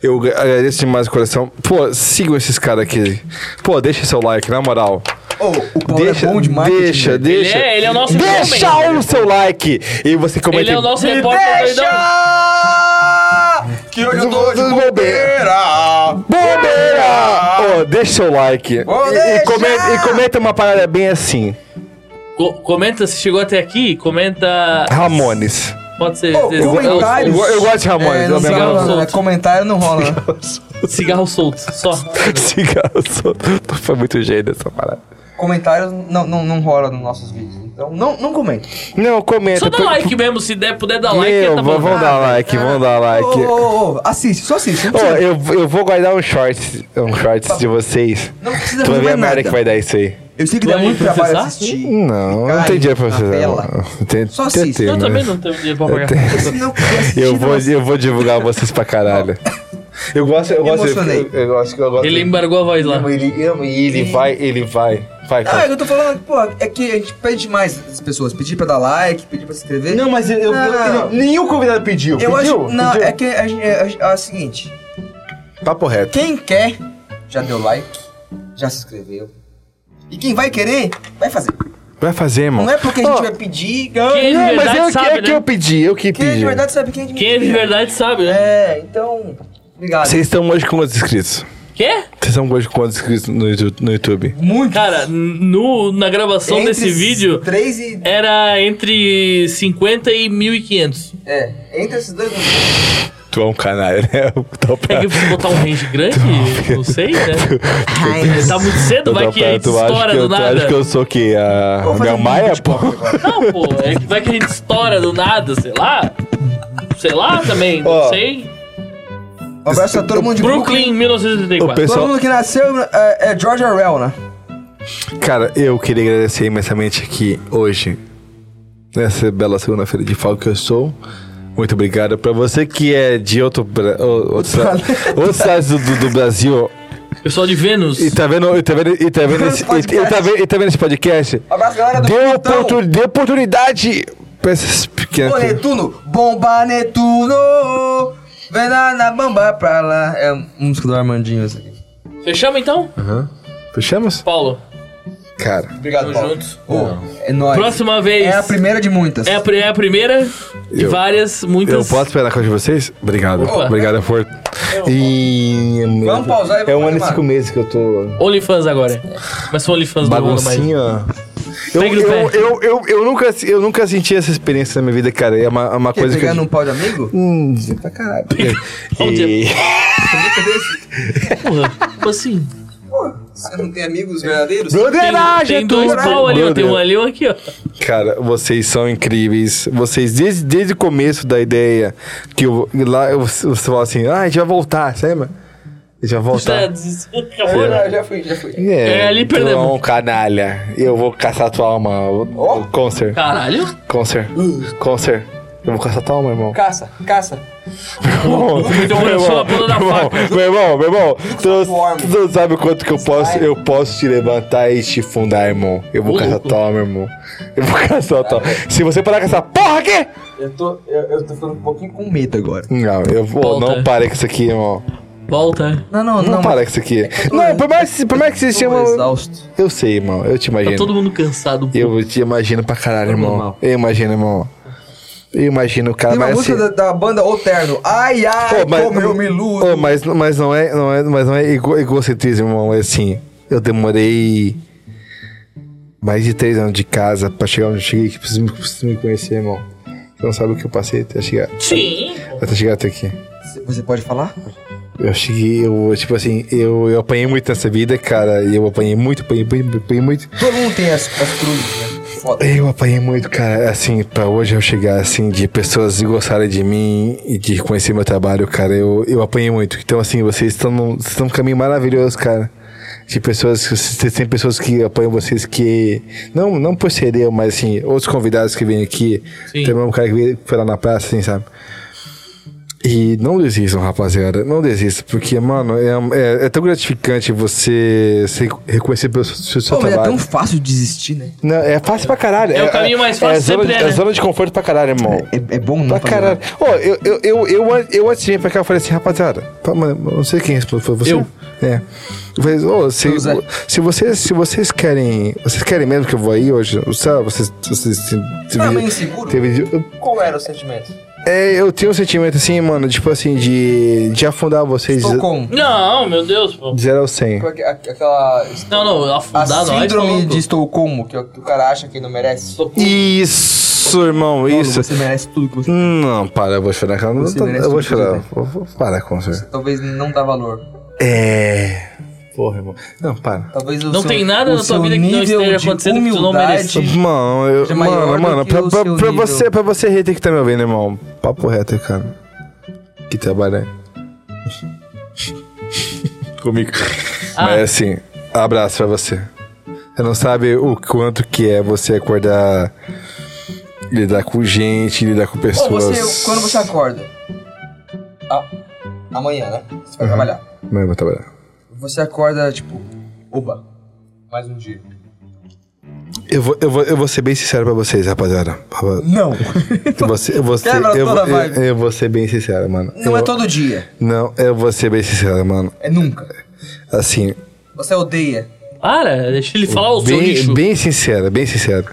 Speaker 4: eu gra- agradeço demais o coração. Pô, sigam esses caras aqui. Pô, deixa seu like, na moral.
Speaker 3: Ô, o Paulo
Speaker 4: deixa,
Speaker 3: é bom de marketing.
Speaker 4: deixa, deixa.
Speaker 2: Ele é- ele é o nosso
Speaker 4: Deixa
Speaker 2: homem.
Speaker 4: o seu like e você comenta.
Speaker 2: Ele é o nosso repórter doidão.
Speaker 3: Que hoje
Speaker 4: Dos
Speaker 3: eu tô de
Speaker 4: um bobeira.
Speaker 3: bobeira.
Speaker 4: Bobeira! Ô, deixa seu like.
Speaker 3: Vou
Speaker 4: e,
Speaker 3: deixar.
Speaker 4: e comenta, e comenta uma parada bem assim.
Speaker 2: Co- comenta se chegou até aqui, comenta.
Speaker 4: Ramones.
Speaker 2: Pode ser.
Speaker 3: Ô,
Speaker 2: ser-
Speaker 3: comentários.
Speaker 4: Eu- eu gosto de Ramones,
Speaker 3: É,
Speaker 4: eu
Speaker 3: não
Speaker 4: me
Speaker 3: rola,
Speaker 2: amarro.
Speaker 3: né? Comentário não rola. né?
Speaker 2: Cigarro solto, só.
Speaker 4: Cigarro. solto. Foi muito gênio essa parada.
Speaker 3: Comentários não, não, não rola nos nossos vídeos. Então, não, não comenta.
Speaker 4: Não, comenta.
Speaker 2: Só dá
Speaker 4: Tô-
Speaker 2: like mesmo, se der, puder dar
Speaker 4: Meu,
Speaker 2: like, tá bom.
Speaker 4: vamos dar like, vamos dar
Speaker 3: Ô,
Speaker 4: like. Ô,
Speaker 3: ô, ô, ô, assiste, só assiste. Não precisa,
Speaker 4: eu, eu vou guardar um shorts, um shorts de vocês.
Speaker 3: não precisa
Speaker 4: Tu vai ver
Speaker 3: arrumar
Speaker 4: a merda que
Speaker 3: nada.
Speaker 4: vai dar isso aí.
Speaker 3: Eu sei que dá
Speaker 2: Vai
Speaker 3: muito trabalho
Speaker 2: processar?
Speaker 3: assistir.
Speaker 4: Não, não tem dinheiro pra vocês.
Speaker 3: Capela.
Speaker 4: Não. Tem,
Speaker 3: Só
Speaker 4: tem,
Speaker 3: assista.
Speaker 4: tem,
Speaker 2: Eu
Speaker 4: né?
Speaker 2: também não tenho dinheiro pra pagar.
Speaker 3: Se não quiser assistir,
Speaker 4: Eu
Speaker 3: não
Speaker 4: vou,
Speaker 3: assiste.
Speaker 4: eu vou divulgar vocês pra caralho. Eu gosto, eu gosto.
Speaker 3: Emocionei.
Speaker 4: Eu, eu gosto que eu gosto.
Speaker 2: Ele embargou a voz lá.
Speaker 4: ele, ele vai, ele vai. Vai,
Speaker 3: Ah, é
Speaker 4: cara.
Speaker 3: que eu tô falando, pô, é que a gente pede mais as pessoas. Pedir pra dar like, pedir pra se inscrever.
Speaker 4: Não, mas eu, eu-
Speaker 3: Ah.
Speaker 4: não, nenhum convidado pediu.
Speaker 3: eu
Speaker 4: pediu?
Speaker 3: acho. Não,
Speaker 4: pediu?
Speaker 3: é que a gente- é, é, é o seguinte:
Speaker 4: Papo reto.
Speaker 3: quem quer, já deu like, já se inscreveu. E quem vai querer, vai fazer.
Speaker 4: Vai fazer, irmão.
Speaker 3: Não é porque a gente
Speaker 4: Ó,
Speaker 3: vai pedir.
Speaker 2: Quem é de
Speaker 4: Não, mas
Speaker 2: verdade
Speaker 4: eu,
Speaker 2: sabe,
Speaker 4: é que
Speaker 2: né?
Speaker 4: eu pedi, eu que
Speaker 3: Quem é
Speaker 4: pedi.
Speaker 3: de verdade sabe quem é de
Speaker 2: Quem é de
Speaker 3: mentira.
Speaker 2: verdade sabe, né?
Speaker 3: É, então. Obrigado.
Speaker 4: Vocês estão hoje com quantos inscritos?
Speaker 2: Quê?
Speaker 4: Vocês estão hoje com quantos inscritos no YouTube? no YouTube?
Speaker 3: Muito.
Speaker 2: Cara, no, na gravação
Speaker 3: Entre
Speaker 2: desse vídeo,
Speaker 3: Três e.
Speaker 2: era entre 50 e 1500.
Speaker 3: É, entre esses dois.
Speaker 4: Tu é um canalha, né? Eu tô pra-
Speaker 2: É que eu preciso botar um range grande? Não sei, né? Tá muito cedo,
Speaker 4: Tá eu
Speaker 2: vai
Speaker 4: tô
Speaker 2: que
Speaker 4: pra-
Speaker 2: a gente
Speaker 4: tu acha
Speaker 2: estoura
Speaker 4: que eu-
Speaker 2: do
Speaker 4: Tu acha
Speaker 2: nada.
Speaker 4: que eu sou o quê? A
Speaker 3: Vou fazer
Speaker 4: Mel
Speaker 3: um
Speaker 4: Maia, pô?
Speaker 2: Não, pô, é que vai que a gente estoura do nada, sei lá. Sei lá também, não
Speaker 4: Ó,
Speaker 2: sei.
Speaker 3: Um abraço a todo mundo de
Speaker 2: Brooklyn,
Speaker 4: O
Speaker 2: 1984.
Speaker 3: Todo
Speaker 4: pessoal,
Speaker 3: mundo que nasceu é, é George Orwell, né?
Speaker 4: Cara, eu queria agradecer imensamente aqui hoje, nessa bela segunda-feira de falo que eu sou. Muito obrigado. Pra você que é de outro, bra- ou- outro, outro, outro cidade do, do- do Brasil
Speaker 2: Pessoal de Vênus.
Speaker 4: e tá vendo, e tá vendo, e tá vendo, esse, e, e tá vendo, e tá vendo esse podcast,
Speaker 3: Abraço, galera do
Speaker 4: dê,
Speaker 3: Plutão.
Speaker 4: oportu- dê oportunidade pra esses pequenos.
Speaker 3: Ô, Netuno, bomba Netuno, vem lá na bamba pra lá. É um música do Armandinho isso aqui.
Speaker 2: Fechamos então?
Speaker 4: Aham. Fechamos?
Speaker 2: Paulo,
Speaker 4: Cara,
Speaker 3: Obrigado,
Speaker 2: tamo
Speaker 3: Paulo.
Speaker 2: juntos.
Speaker 3: Ô, é nóis.
Speaker 2: Próxima vez.
Speaker 3: É a primeira de muitas.
Speaker 2: É a, pri- é a primeira de
Speaker 4: Eu-
Speaker 2: várias, muitas.
Speaker 4: eu posso esperar com de vocês? Obrigado.
Speaker 2: Opa.
Speaker 4: Obrigado por. E...
Speaker 3: Vamos pausar e
Speaker 4: É
Speaker 3: vamos
Speaker 4: um ano e
Speaker 3: fazer
Speaker 4: cinco meses que eu tô.
Speaker 2: OnlyFans agora. Mas sou OnlyFans do mundo mais.
Speaker 4: baguncinha. Eu,
Speaker 2: Pega no
Speaker 4: eu,
Speaker 2: pé.
Speaker 4: eu, eu, eu nunca, eu nunca senti essa experiência na minha vida, cara. É uma, é uma
Speaker 3: Quer
Speaker 4: coisa que.
Speaker 3: pegar
Speaker 4: eu-
Speaker 3: num pau de amigo?
Speaker 4: Hum,
Speaker 3: Pra caralho.
Speaker 2: é?
Speaker 4: e-
Speaker 2: Porra, tipo assim.
Speaker 3: Pô, você não tem amigos verdadeiros?
Speaker 2: Tem,
Speaker 4: Broderagem,
Speaker 2: tem
Speaker 4: é tudo,
Speaker 2: dois
Speaker 4: né?
Speaker 2: pau ali, ó. Tem um
Speaker 4: Brother.
Speaker 2: ali e um aqui, ó.
Speaker 4: Cara, vocês são incríveis. Vocês, desde, desde o começo da ideia, que eu, lá eu, você fala assim, ah, a gente vai voltar, sabe? mano? A gente vai
Speaker 2: Tá
Speaker 4: voltar. então,
Speaker 2: desistindo, acabou, né?
Speaker 3: Ah, já fui, já fui.
Speaker 2: É, ali perdemos.
Speaker 4: Não, canalha. Eu vou caçar tua alma. Ô, Concer.
Speaker 2: Caralho.
Speaker 4: Concer. Concer. Eu vou caçar tal, meu irmão.
Speaker 3: Caça, caça.
Speaker 4: Meu
Speaker 2: um olho só na ponta da
Speaker 4: meu irmão, meu irmão, meu irmão, tu não,
Speaker 3: Conforme.
Speaker 4: tu não sabe o quanto que eu posso, eu posso te levantar e te fundar, irmão. Eu vou
Speaker 2: Ô,
Speaker 4: caçar
Speaker 2: louco.
Speaker 4: tal, meu irmão. Eu vou caçar tal. Se você parar com essa porra aqui...
Speaker 3: Eu tô, eu, eu tô ficando um pouquinho com medo agora.
Speaker 4: Não, eu vou,
Speaker 2: Volta.
Speaker 4: não parei com isso aqui, irmão.
Speaker 2: Volta.
Speaker 3: Não, não,
Speaker 4: Não,
Speaker 3: não. é
Speaker 4: para com isso aqui.
Speaker 3: tô-
Speaker 4: Não, por mais, por mais que você
Speaker 3: eu
Speaker 4: chama.
Speaker 3: tô exausto.
Speaker 4: Eu sei, irmão. Eu
Speaker 2: Tá
Speaker 4: te imagino.
Speaker 2: todo Tá mundo cansado. pô.
Speaker 4: Eu te imagino pra caralho, irmão.
Speaker 3: normal.
Speaker 4: Eu imagino, irmão. Eu imagino o cara
Speaker 3: Tem uma
Speaker 4: mas
Speaker 3: música
Speaker 4: assim-
Speaker 3: da, da banda Oterno. Ai, ai,
Speaker 4: Pô, mas-
Speaker 3: como eu me iludo.
Speaker 4: Ô, mas, mas não é, não é, mas não é ego- egocentrismo, irmão. É assim. Eu demorei mais de três anos de casa pra chegar onde eu cheguei, que preciso, me- preciso me conhecer, irmão. Você não sabe o que eu passei até chegar,
Speaker 2: Sim.
Speaker 4: até chegar até aqui.
Speaker 3: Você pode falar?
Speaker 4: Eu cheguei, eu, tipo assim, eu, eu apanhei muito nessa vida, cara. E eu apanhei muito, apanhei, apanhei, apanhei muito.
Speaker 3: Todo mundo tem as, as cruzes, né? Foda.
Speaker 4: Eu apanhei muito, cara. Assim, pra hoje eu chegar, assim, de pessoas gostarem de mim e de conhecer meu trabalho, cara, eu, eu apanhei muito. Então, assim, vocês estão num, vocês estão num caminho maravilhoso, cara. De pessoas, que- vocês tem pessoas que apanham vocês que. Não, não por ser eu, mas assim, outros convidados que vêm aqui.
Speaker 2: Sim.
Speaker 4: Tem um cara que veio- foi lá na praça, assim, sabe? E não desistam, rapaziada. Não desistam, porque, mano, é, é- é tão gratificante você ser reconhecido pelo seu, seu
Speaker 3: Pô, mas é
Speaker 4: trabalho.
Speaker 3: tão fácil desistir, né?
Speaker 4: Não, é fácil pra caralho.
Speaker 2: É o caminho mais fácil,
Speaker 4: é zona,
Speaker 2: sempre
Speaker 4: de,
Speaker 2: é, né?
Speaker 4: zona de conforto pra caralho, irmão.
Speaker 3: É, é bom não
Speaker 4: Pra
Speaker 3: fazer
Speaker 4: caralho.
Speaker 3: nada.
Speaker 4: Ó, eu, eu, eu, eu, an- eu antes de vir pra cá, eu falei assim, rapaziada, tá, mano, eu não sei quem respondeu, foi você?
Speaker 2: Eu?
Speaker 4: É. Eu falei, ô, se,
Speaker 3: Foi o Zé.
Speaker 4: se, vocês, se vocês querem. Vocês querem mesmo que eu vou aí hoje? Sabe, vocês. vocês se- se-
Speaker 3: Tá meio inseguro?
Speaker 4: teve- eu-
Speaker 3: Qual era o sentimento?
Speaker 4: é, eu tenho um sentimento assim, mano, tipo assim, de, de afundar vocês
Speaker 3: Estou
Speaker 4: de
Speaker 3: com.
Speaker 2: Não, meu Deus, pô.
Speaker 4: de zero ao 100.
Speaker 3: com aque- aque- é Aquela.
Speaker 2: Não, não,
Speaker 3: A
Speaker 2: afundar nós. tá
Speaker 3: síndrome
Speaker 2: louco.
Speaker 3: de Estocolmo, que, o- que o cara acha que não merece.
Speaker 4: Isso, irmão,
Speaker 3: Paulo,
Speaker 4: isso.
Speaker 3: Você merece tudo que você.
Speaker 4: Não, para, eu vou chorar, cara. Eu não
Speaker 3: Você
Speaker 4: tô-
Speaker 3: merece um
Speaker 4: Eu vou
Speaker 3: tudo que você
Speaker 4: chorar.
Speaker 3: tem.
Speaker 4: Vou- vou- Para com isso.
Speaker 3: Talvez não dá valor.
Speaker 4: É. Porra, irmão. Não, para.
Speaker 3: Talvez o
Speaker 2: Não
Speaker 3: seu-
Speaker 2: tem nada
Speaker 3: o
Speaker 2: na tua
Speaker 3: seu
Speaker 2: vida que não
Speaker 3: nível
Speaker 2: esteja
Speaker 3: de
Speaker 2: acontecendo que tu não
Speaker 3: humildade
Speaker 2: mereça.
Speaker 4: Mano, eu,
Speaker 3: É maior
Speaker 4: mano,
Speaker 3: do
Speaker 4: mano,
Speaker 3: que
Speaker 4: pra,
Speaker 3: o
Speaker 4: pra,
Speaker 3: seu
Speaker 4: pra
Speaker 3: nível.
Speaker 4: você, pra você hater que tá me ouvindo, irmão. Papo reto, cara. Que trabalha comigo.
Speaker 3: Ah.
Speaker 4: Mas assim, abraço pra você. Você não sabe o quanto que é você acordar, lidar com gente, lidar com
Speaker 3: Ou
Speaker 4: pessoas.
Speaker 3: você, quando você acorda. a- amanhã, né? Você vai trabalhar.
Speaker 4: Não, eu vou trabalhar.
Speaker 3: Você acorda, tipo, opa, mais um dia.
Speaker 4: Eu vou, eu, vou, eu vou ser bem sincero pra vocês, rapaziada. Rapa-
Speaker 3: Não.
Speaker 4: Eu vou ser, eu vou ser-
Speaker 3: Quebra
Speaker 4: eu,
Speaker 3: toda a
Speaker 4: vou- eu,
Speaker 3: vibe.
Speaker 4: eu vou ser bem sincero, mano.
Speaker 3: Não
Speaker 4: eu,
Speaker 3: é todo dia.
Speaker 4: Não, eu vou ser bem sincero, mano.
Speaker 3: É nunca.
Speaker 4: Assim,
Speaker 3: Você odeia.
Speaker 2: Para, deixa ele falar o seu
Speaker 4: bem,
Speaker 2: lixo.
Speaker 4: bem sincero, bem sincero.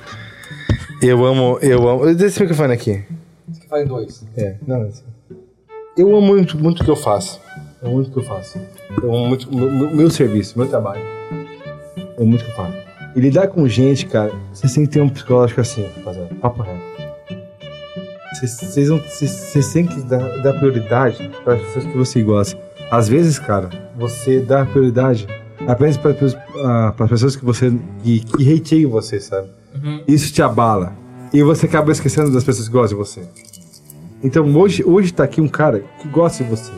Speaker 4: Eu amo, eu amo. Deixa esse microfone aqui.
Speaker 3: Você faz dois.
Speaker 4: É, não, assim. Eu amo muito, muito o que eu faço. É muito o que eu faço. Eu amo muito o meu, meu- meu serviço, meu trabalho. É muito o que eu faço. E lidar com gente, cara, vocês têm que ter um psicológico assim, rapaziada. Papo reto. Vocês- Vocês não- vocês- vocês têm que dar, dar prioridade para as pessoas que você gosta. Às vezes, cara, você dá prioridade apenas para as pessoas que você que, que hateiam você, sabe? Isso te abala. E você acaba esquecendo das pessoas que gostam de você. Então hoje, hoje tá aqui um cara que gosta de vocês.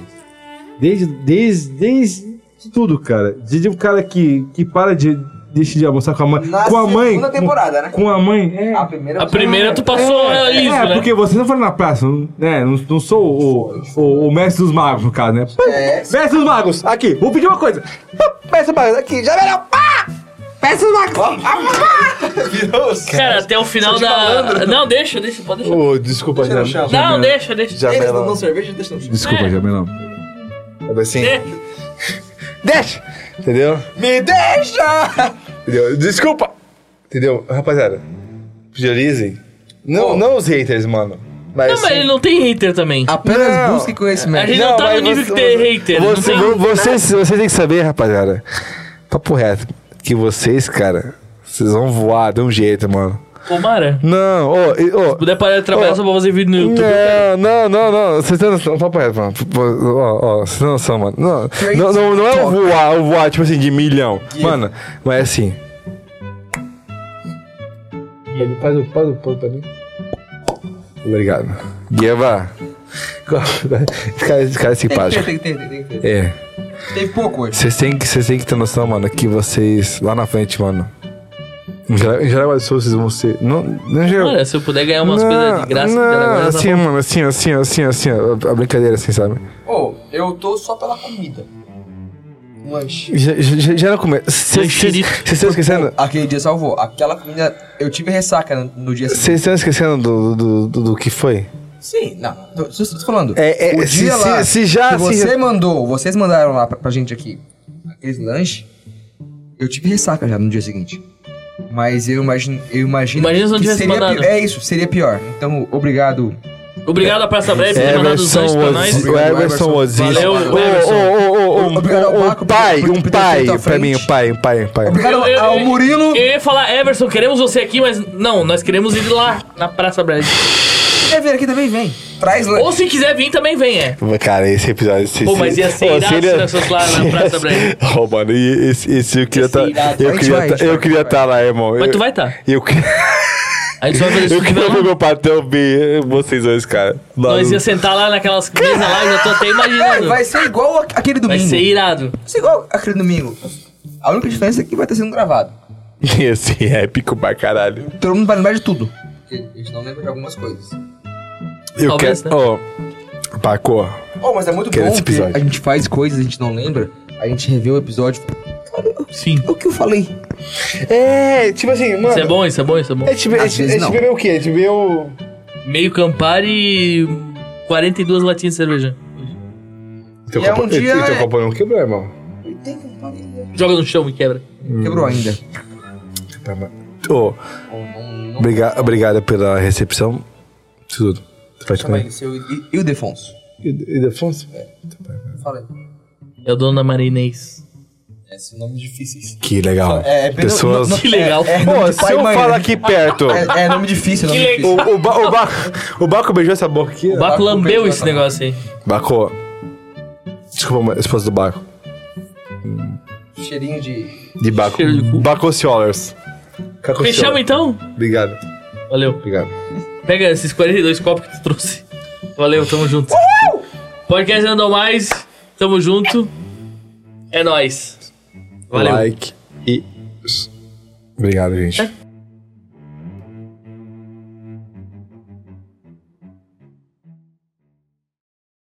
Speaker 4: Desde, desde, desde tudo, cara. Desde um cara que, que para de deixa de almoçar com a mãe.
Speaker 3: Na
Speaker 4: com a mãe.
Speaker 3: segunda temporada, né?
Speaker 4: Com, com a mãe. É.
Speaker 3: A primeira.
Speaker 2: A primeira tu passou é,
Speaker 4: É,
Speaker 2: isso, né?
Speaker 4: porque você não foi na praça, não- né? Não, não sou o, o, o mestre dos magos, no caso, né?
Speaker 3: É.
Speaker 4: Mestre dos magos, aqui, vou pedir uma coisa. Pá, Mestre dos magos, aqui, já é verá. Pá! Mestre dos magos.
Speaker 2: Cara, até o final da.
Speaker 4: né?
Speaker 2: Não, deixa, deixa, pode deixar.
Speaker 4: Ô, desculpa,
Speaker 3: Deixa no chão.
Speaker 2: Não, deixa, deixa.
Speaker 3: Eles não dão cerveja, deixa no chão.
Speaker 4: Desculpa,
Speaker 2: É.
Speaker 4: Jamelão. É assim.
Speaker 2: Deixa.
Speaker 4: Deixa! Entendeu?
Speaker 3: Me deixa!
Speaker 4: Entendeu? Desculpa! Entendeu? Rapaziada, priorizem. Não,
Speaker 3: Pô.
Speaker 4: não os haters, mano. Mas, assim,
Speaker 2: Não, mas ele não tem hater também.
Speaker 3: Apenas
Speaker 4: Não.
Speaker 3: busque conhecimento.
Speaker 2: A gente não tá no nível que tem hater, né? não
Speaker 4: Você,
Speaker 2: tem-
Speaker 4: vo- vocês, vocês têm que saber, rapaziada. Papo reto. Que vocês, cara, vocês vão voar de um jeito, mano.
Speaker 2: Tomara.
Speaker 4: Não, ô, e- ô.
Speaker 2: Se puder parar de trabalhar
Speaker 4: Ó.
Speaker 2: só pra fazer vídeo no YouTube.
Speaker 4: Não, não, não, não. Vocês têm noção, papo reto, mano. Pô, Ó, ó, vocês têm noção, mano. Não, não, não, não é o voar, o voar, tipo assim, de milhão. Mano, mas é assim. Ele faz o pano pra mim. Obrigado. Gueva. Esse cara, esse cara é
Speaker 3: Tem que ter, tem
Speaker 4: simpático.
Speaker 3: que ter, tem que ter.
Speaker 4: É.
Speaker 3: Tem pouco hoje.
Speaker 4: Vocês têm, que- vocês têm que ter noção, mano, que vocês lá na frente, mano. Em geral, em geral, as pessoas vão ser. Não, não em geral.
Speaker 2: Olha, se eu puder ganhar umas coisas de graça,
Speaker 4: não,
Speaker 2: cara, agora
Speaker 4: assim,
Speaker 2: tá
Speaker 4: mano, assim, assim, assim, assim, a, a brincadeira, assim, sabe?
Speaker 3: Ô, eu tô só pela comida. Um lanche.
Speaker 4: Já, já, já não começa.
Speaker 1: Lancherito.
Speaker 4: Vocês estão esquecendo?
Speaker 3: Aquele dia salvou. Aquela comida, eu tive ressaca no- no dia seguinte.
Speaker 4: Vocês estão esquecendo do, do, do, do que foi?
Speaker 3: Sim, não. Tô, tô, tô falando.
Speaker 4: É, é,
Speaker 3: o
Speaker 4: se-
Speaker 3: dia
Speaker 4: se-
Speaker 3: lá
Speaker 4: se já-
Speaker 3: que
Speaker 4: se
Speaker 3: você
Speaker 4: já-
Speaker 3: mandou, vocês mandaram lá pra, pra gente aqui aqueles lanches, eu tive ressaca já no dia seguinte. Mas eu imagino, eu imagino
Speaker 2: Imagina se não
Speaker 3: que
Speaker 2: tivesse
Speaker 3: seria
Speaker 2: mandado.
Speaker 3: pi- É isso, seria pior. Então, obrigado.
Speaker 2: Obrigado a Praça Breve por ter mandado os
Speaker 4: é Everson
Speaker 2: anjos pra nós.
Speaker 4: Ozi- o Everson Ozzy.
Speaker 2: Valeu, Everson.
Speaker 3: Obrigado ao
Speaker 4: Um
Speaker 3: Marco
Speaker 4: pai,
Speaker 3: por- por
Speaker 4: um
Speaker 3: ter
Speaker 4: pai,
Speaker 3: feito à
Speaker 4: pra mim,
Speaker 3: frente.
Speaker 4: um pai, um pai, um pai.
Speaker 3: Obrigado
Speaker 2: Eu- eu-
Speaker 3: ao
Speaker 2: eu-
Speaker 3: Murilo.
Speaker 2: Eu ia falar, Everson, queremos você aqui, mas não, nós queremos ir lá na Praça Breve.
Speaker 3: Quer vir aqui também? Vem. Traz lanche.
Speaker 2: Ou se quiser vir, também vem, é.
Speaker 4: Cara, esse episódio. Esse,
Speaker 2: Pô, mas ia ser
Speaker 4: Ô,
Speaker 2: irado
Speaker 4: se ele-
Speaker 2: se nós fosse lá na
Speaker 4: se-
Speaker 2: Praça Breve.
Speaker 4: Ô, mano, e esse, esse eu queria
Speaker 2: Ia ser
Speaker 4: tá,
Speaker 2: irado.
Speaker 3: A
Speaker 4: Eu
Speaker 3: gente
Speaker 4: queria
Speaker 3: vai,
Speaker 4: tá,
Speaker 3: a gente
Speaker 4: eu
Speaker 3: vai,
Speaker 4: queria tá lá, irmão.
Speaker 2: Mas
Speaker 4: Eu-
Speaker 2: tu vai tá.
Speaker 4: Eu, que-
Speaker 2: A gente só vai fazer isso
Speaker 4: eu
Speaker 2: que
Speaker 4: queria ver meu patrão B, vocês dois, cara. Lá
Speaker 2: Nós
Speaker 4: no-
Speaker 2: ia sentar lá naquelas mesas lá, eu já tô até
Speaker 3: É,
Speaker 2: imaginando.
Speaker 3: vai ser igual a- aquele
Speaker 2: Vai
Speaker 3: domingo.
Speaker 2: ser irado.
Speaker 3: Vai ser igual aquele domingo. A única diferença é que vai estar sendo gravado.
Speaker 4: Ia ser épico pra caralho.
Speaker 3: Todo mundo vai lembrar de tudo. Porque a gente não lembra de algumas coisas.
Speaker 4: Eu
Speaker 2: Talvez, né?
Speaker 4: quero. Ô, Paco,
Speaker 3: Oh, mas é muito
Speaker 4: Que era
Speaker 3: bom
Speaker 4: esse
Speaker 3: que
Speaker 4: episódio?
Speaker 3: a gente faz coisas, a gente não lembra, a gente revê o episódio. Cara,
Speaker 1: Sim.
Speaker 3: é o que eu falei.
Speaker 4: É, tipo assim, mano.
Speaker 2: Isso é bom, isso é bom, isso é bom.
Speaker 4: É tipo, é,
Speaker 3: Às
Speaker 4: tipo,
Speaker 3: vezes
Speaker 4: é tipo
Speaker 3: não.
Speaker 4: ver o quê? É tipo ver o.
Speaker 2: Meio Campari e 42 latinhas de cerveja.
Speaker 4: Teu
Speaker 3: E é um
Speaker 4: copo-
Speaker 3: dia-
Speaker 4: e teu copo não quebrou, irmão.
Speaker 2: Joga no chão e quebra.
Speaker 3: Quebrou ainda.
Speaker 4: Tá, mas- Ô, obriga- obrigado pela recepção. Tudo. Tu faz
Speaker 3: Chama
Speaker 4: também.
Speaker 3: ele, seu I- Ildefonso.
Speaker 4: E e Defonso?
Speaker 3: É. Fala aí.
Speaker 2: É o dono da Marinês.
Speaker 3: Esses nomes difíceis.
Speaker 4: Que legal.
Speaker 3: É, é bem-
Speaker 4: Pessoas.
Speaker 3: no- no-
Speaker 2: Que legal.
Speaker 3: É, é nome
Speaker 4: Pô,
Speaker 3: de pai
Speaker 4: se
Speaker 3: e
Speaker 4: eu
Speaker 3: mãe,
Speaker 4: falar
Speaker 3: né?
Speaker 4: aqui perto.
Speaker 3: É, é nome difícil, é nome
Speaker 2: Que
Speaker 3: difícil.
Speaker 4: O, o, ba, o, ba, o Baco beijou essa boca aqui.
Speaker 2: O Baco
Speaker 3: Baco
Speaker 2: lambeu
Speaker 3: pensou
Speaker 2: esse
Speaker 3: na-
Speaker 2: negócio aí.
Speaker 4: Baco. Desculpa, mas esposa do Baco.
Speaker 3: Cheirinho de.
Speaker 4: De Baco.
Speaker 2: Cheiro de cu.
Speaker 4: Baco Scholars. Caco
Speaker 2: Fechamos
Speaker 4: Scholars.
Speaker 2: então?
Speaker 4: Obrigado,
Speaker 2: Valeu.
Speaker 4: obrigado.
Speaker 2: Pega esses 42 copos que tu trouxe. Valeu, tamo junto. Podcast Andou Mais, tamo junto. É nóis. Valeu.
Speaker 4: Like e. Obrigado, gente.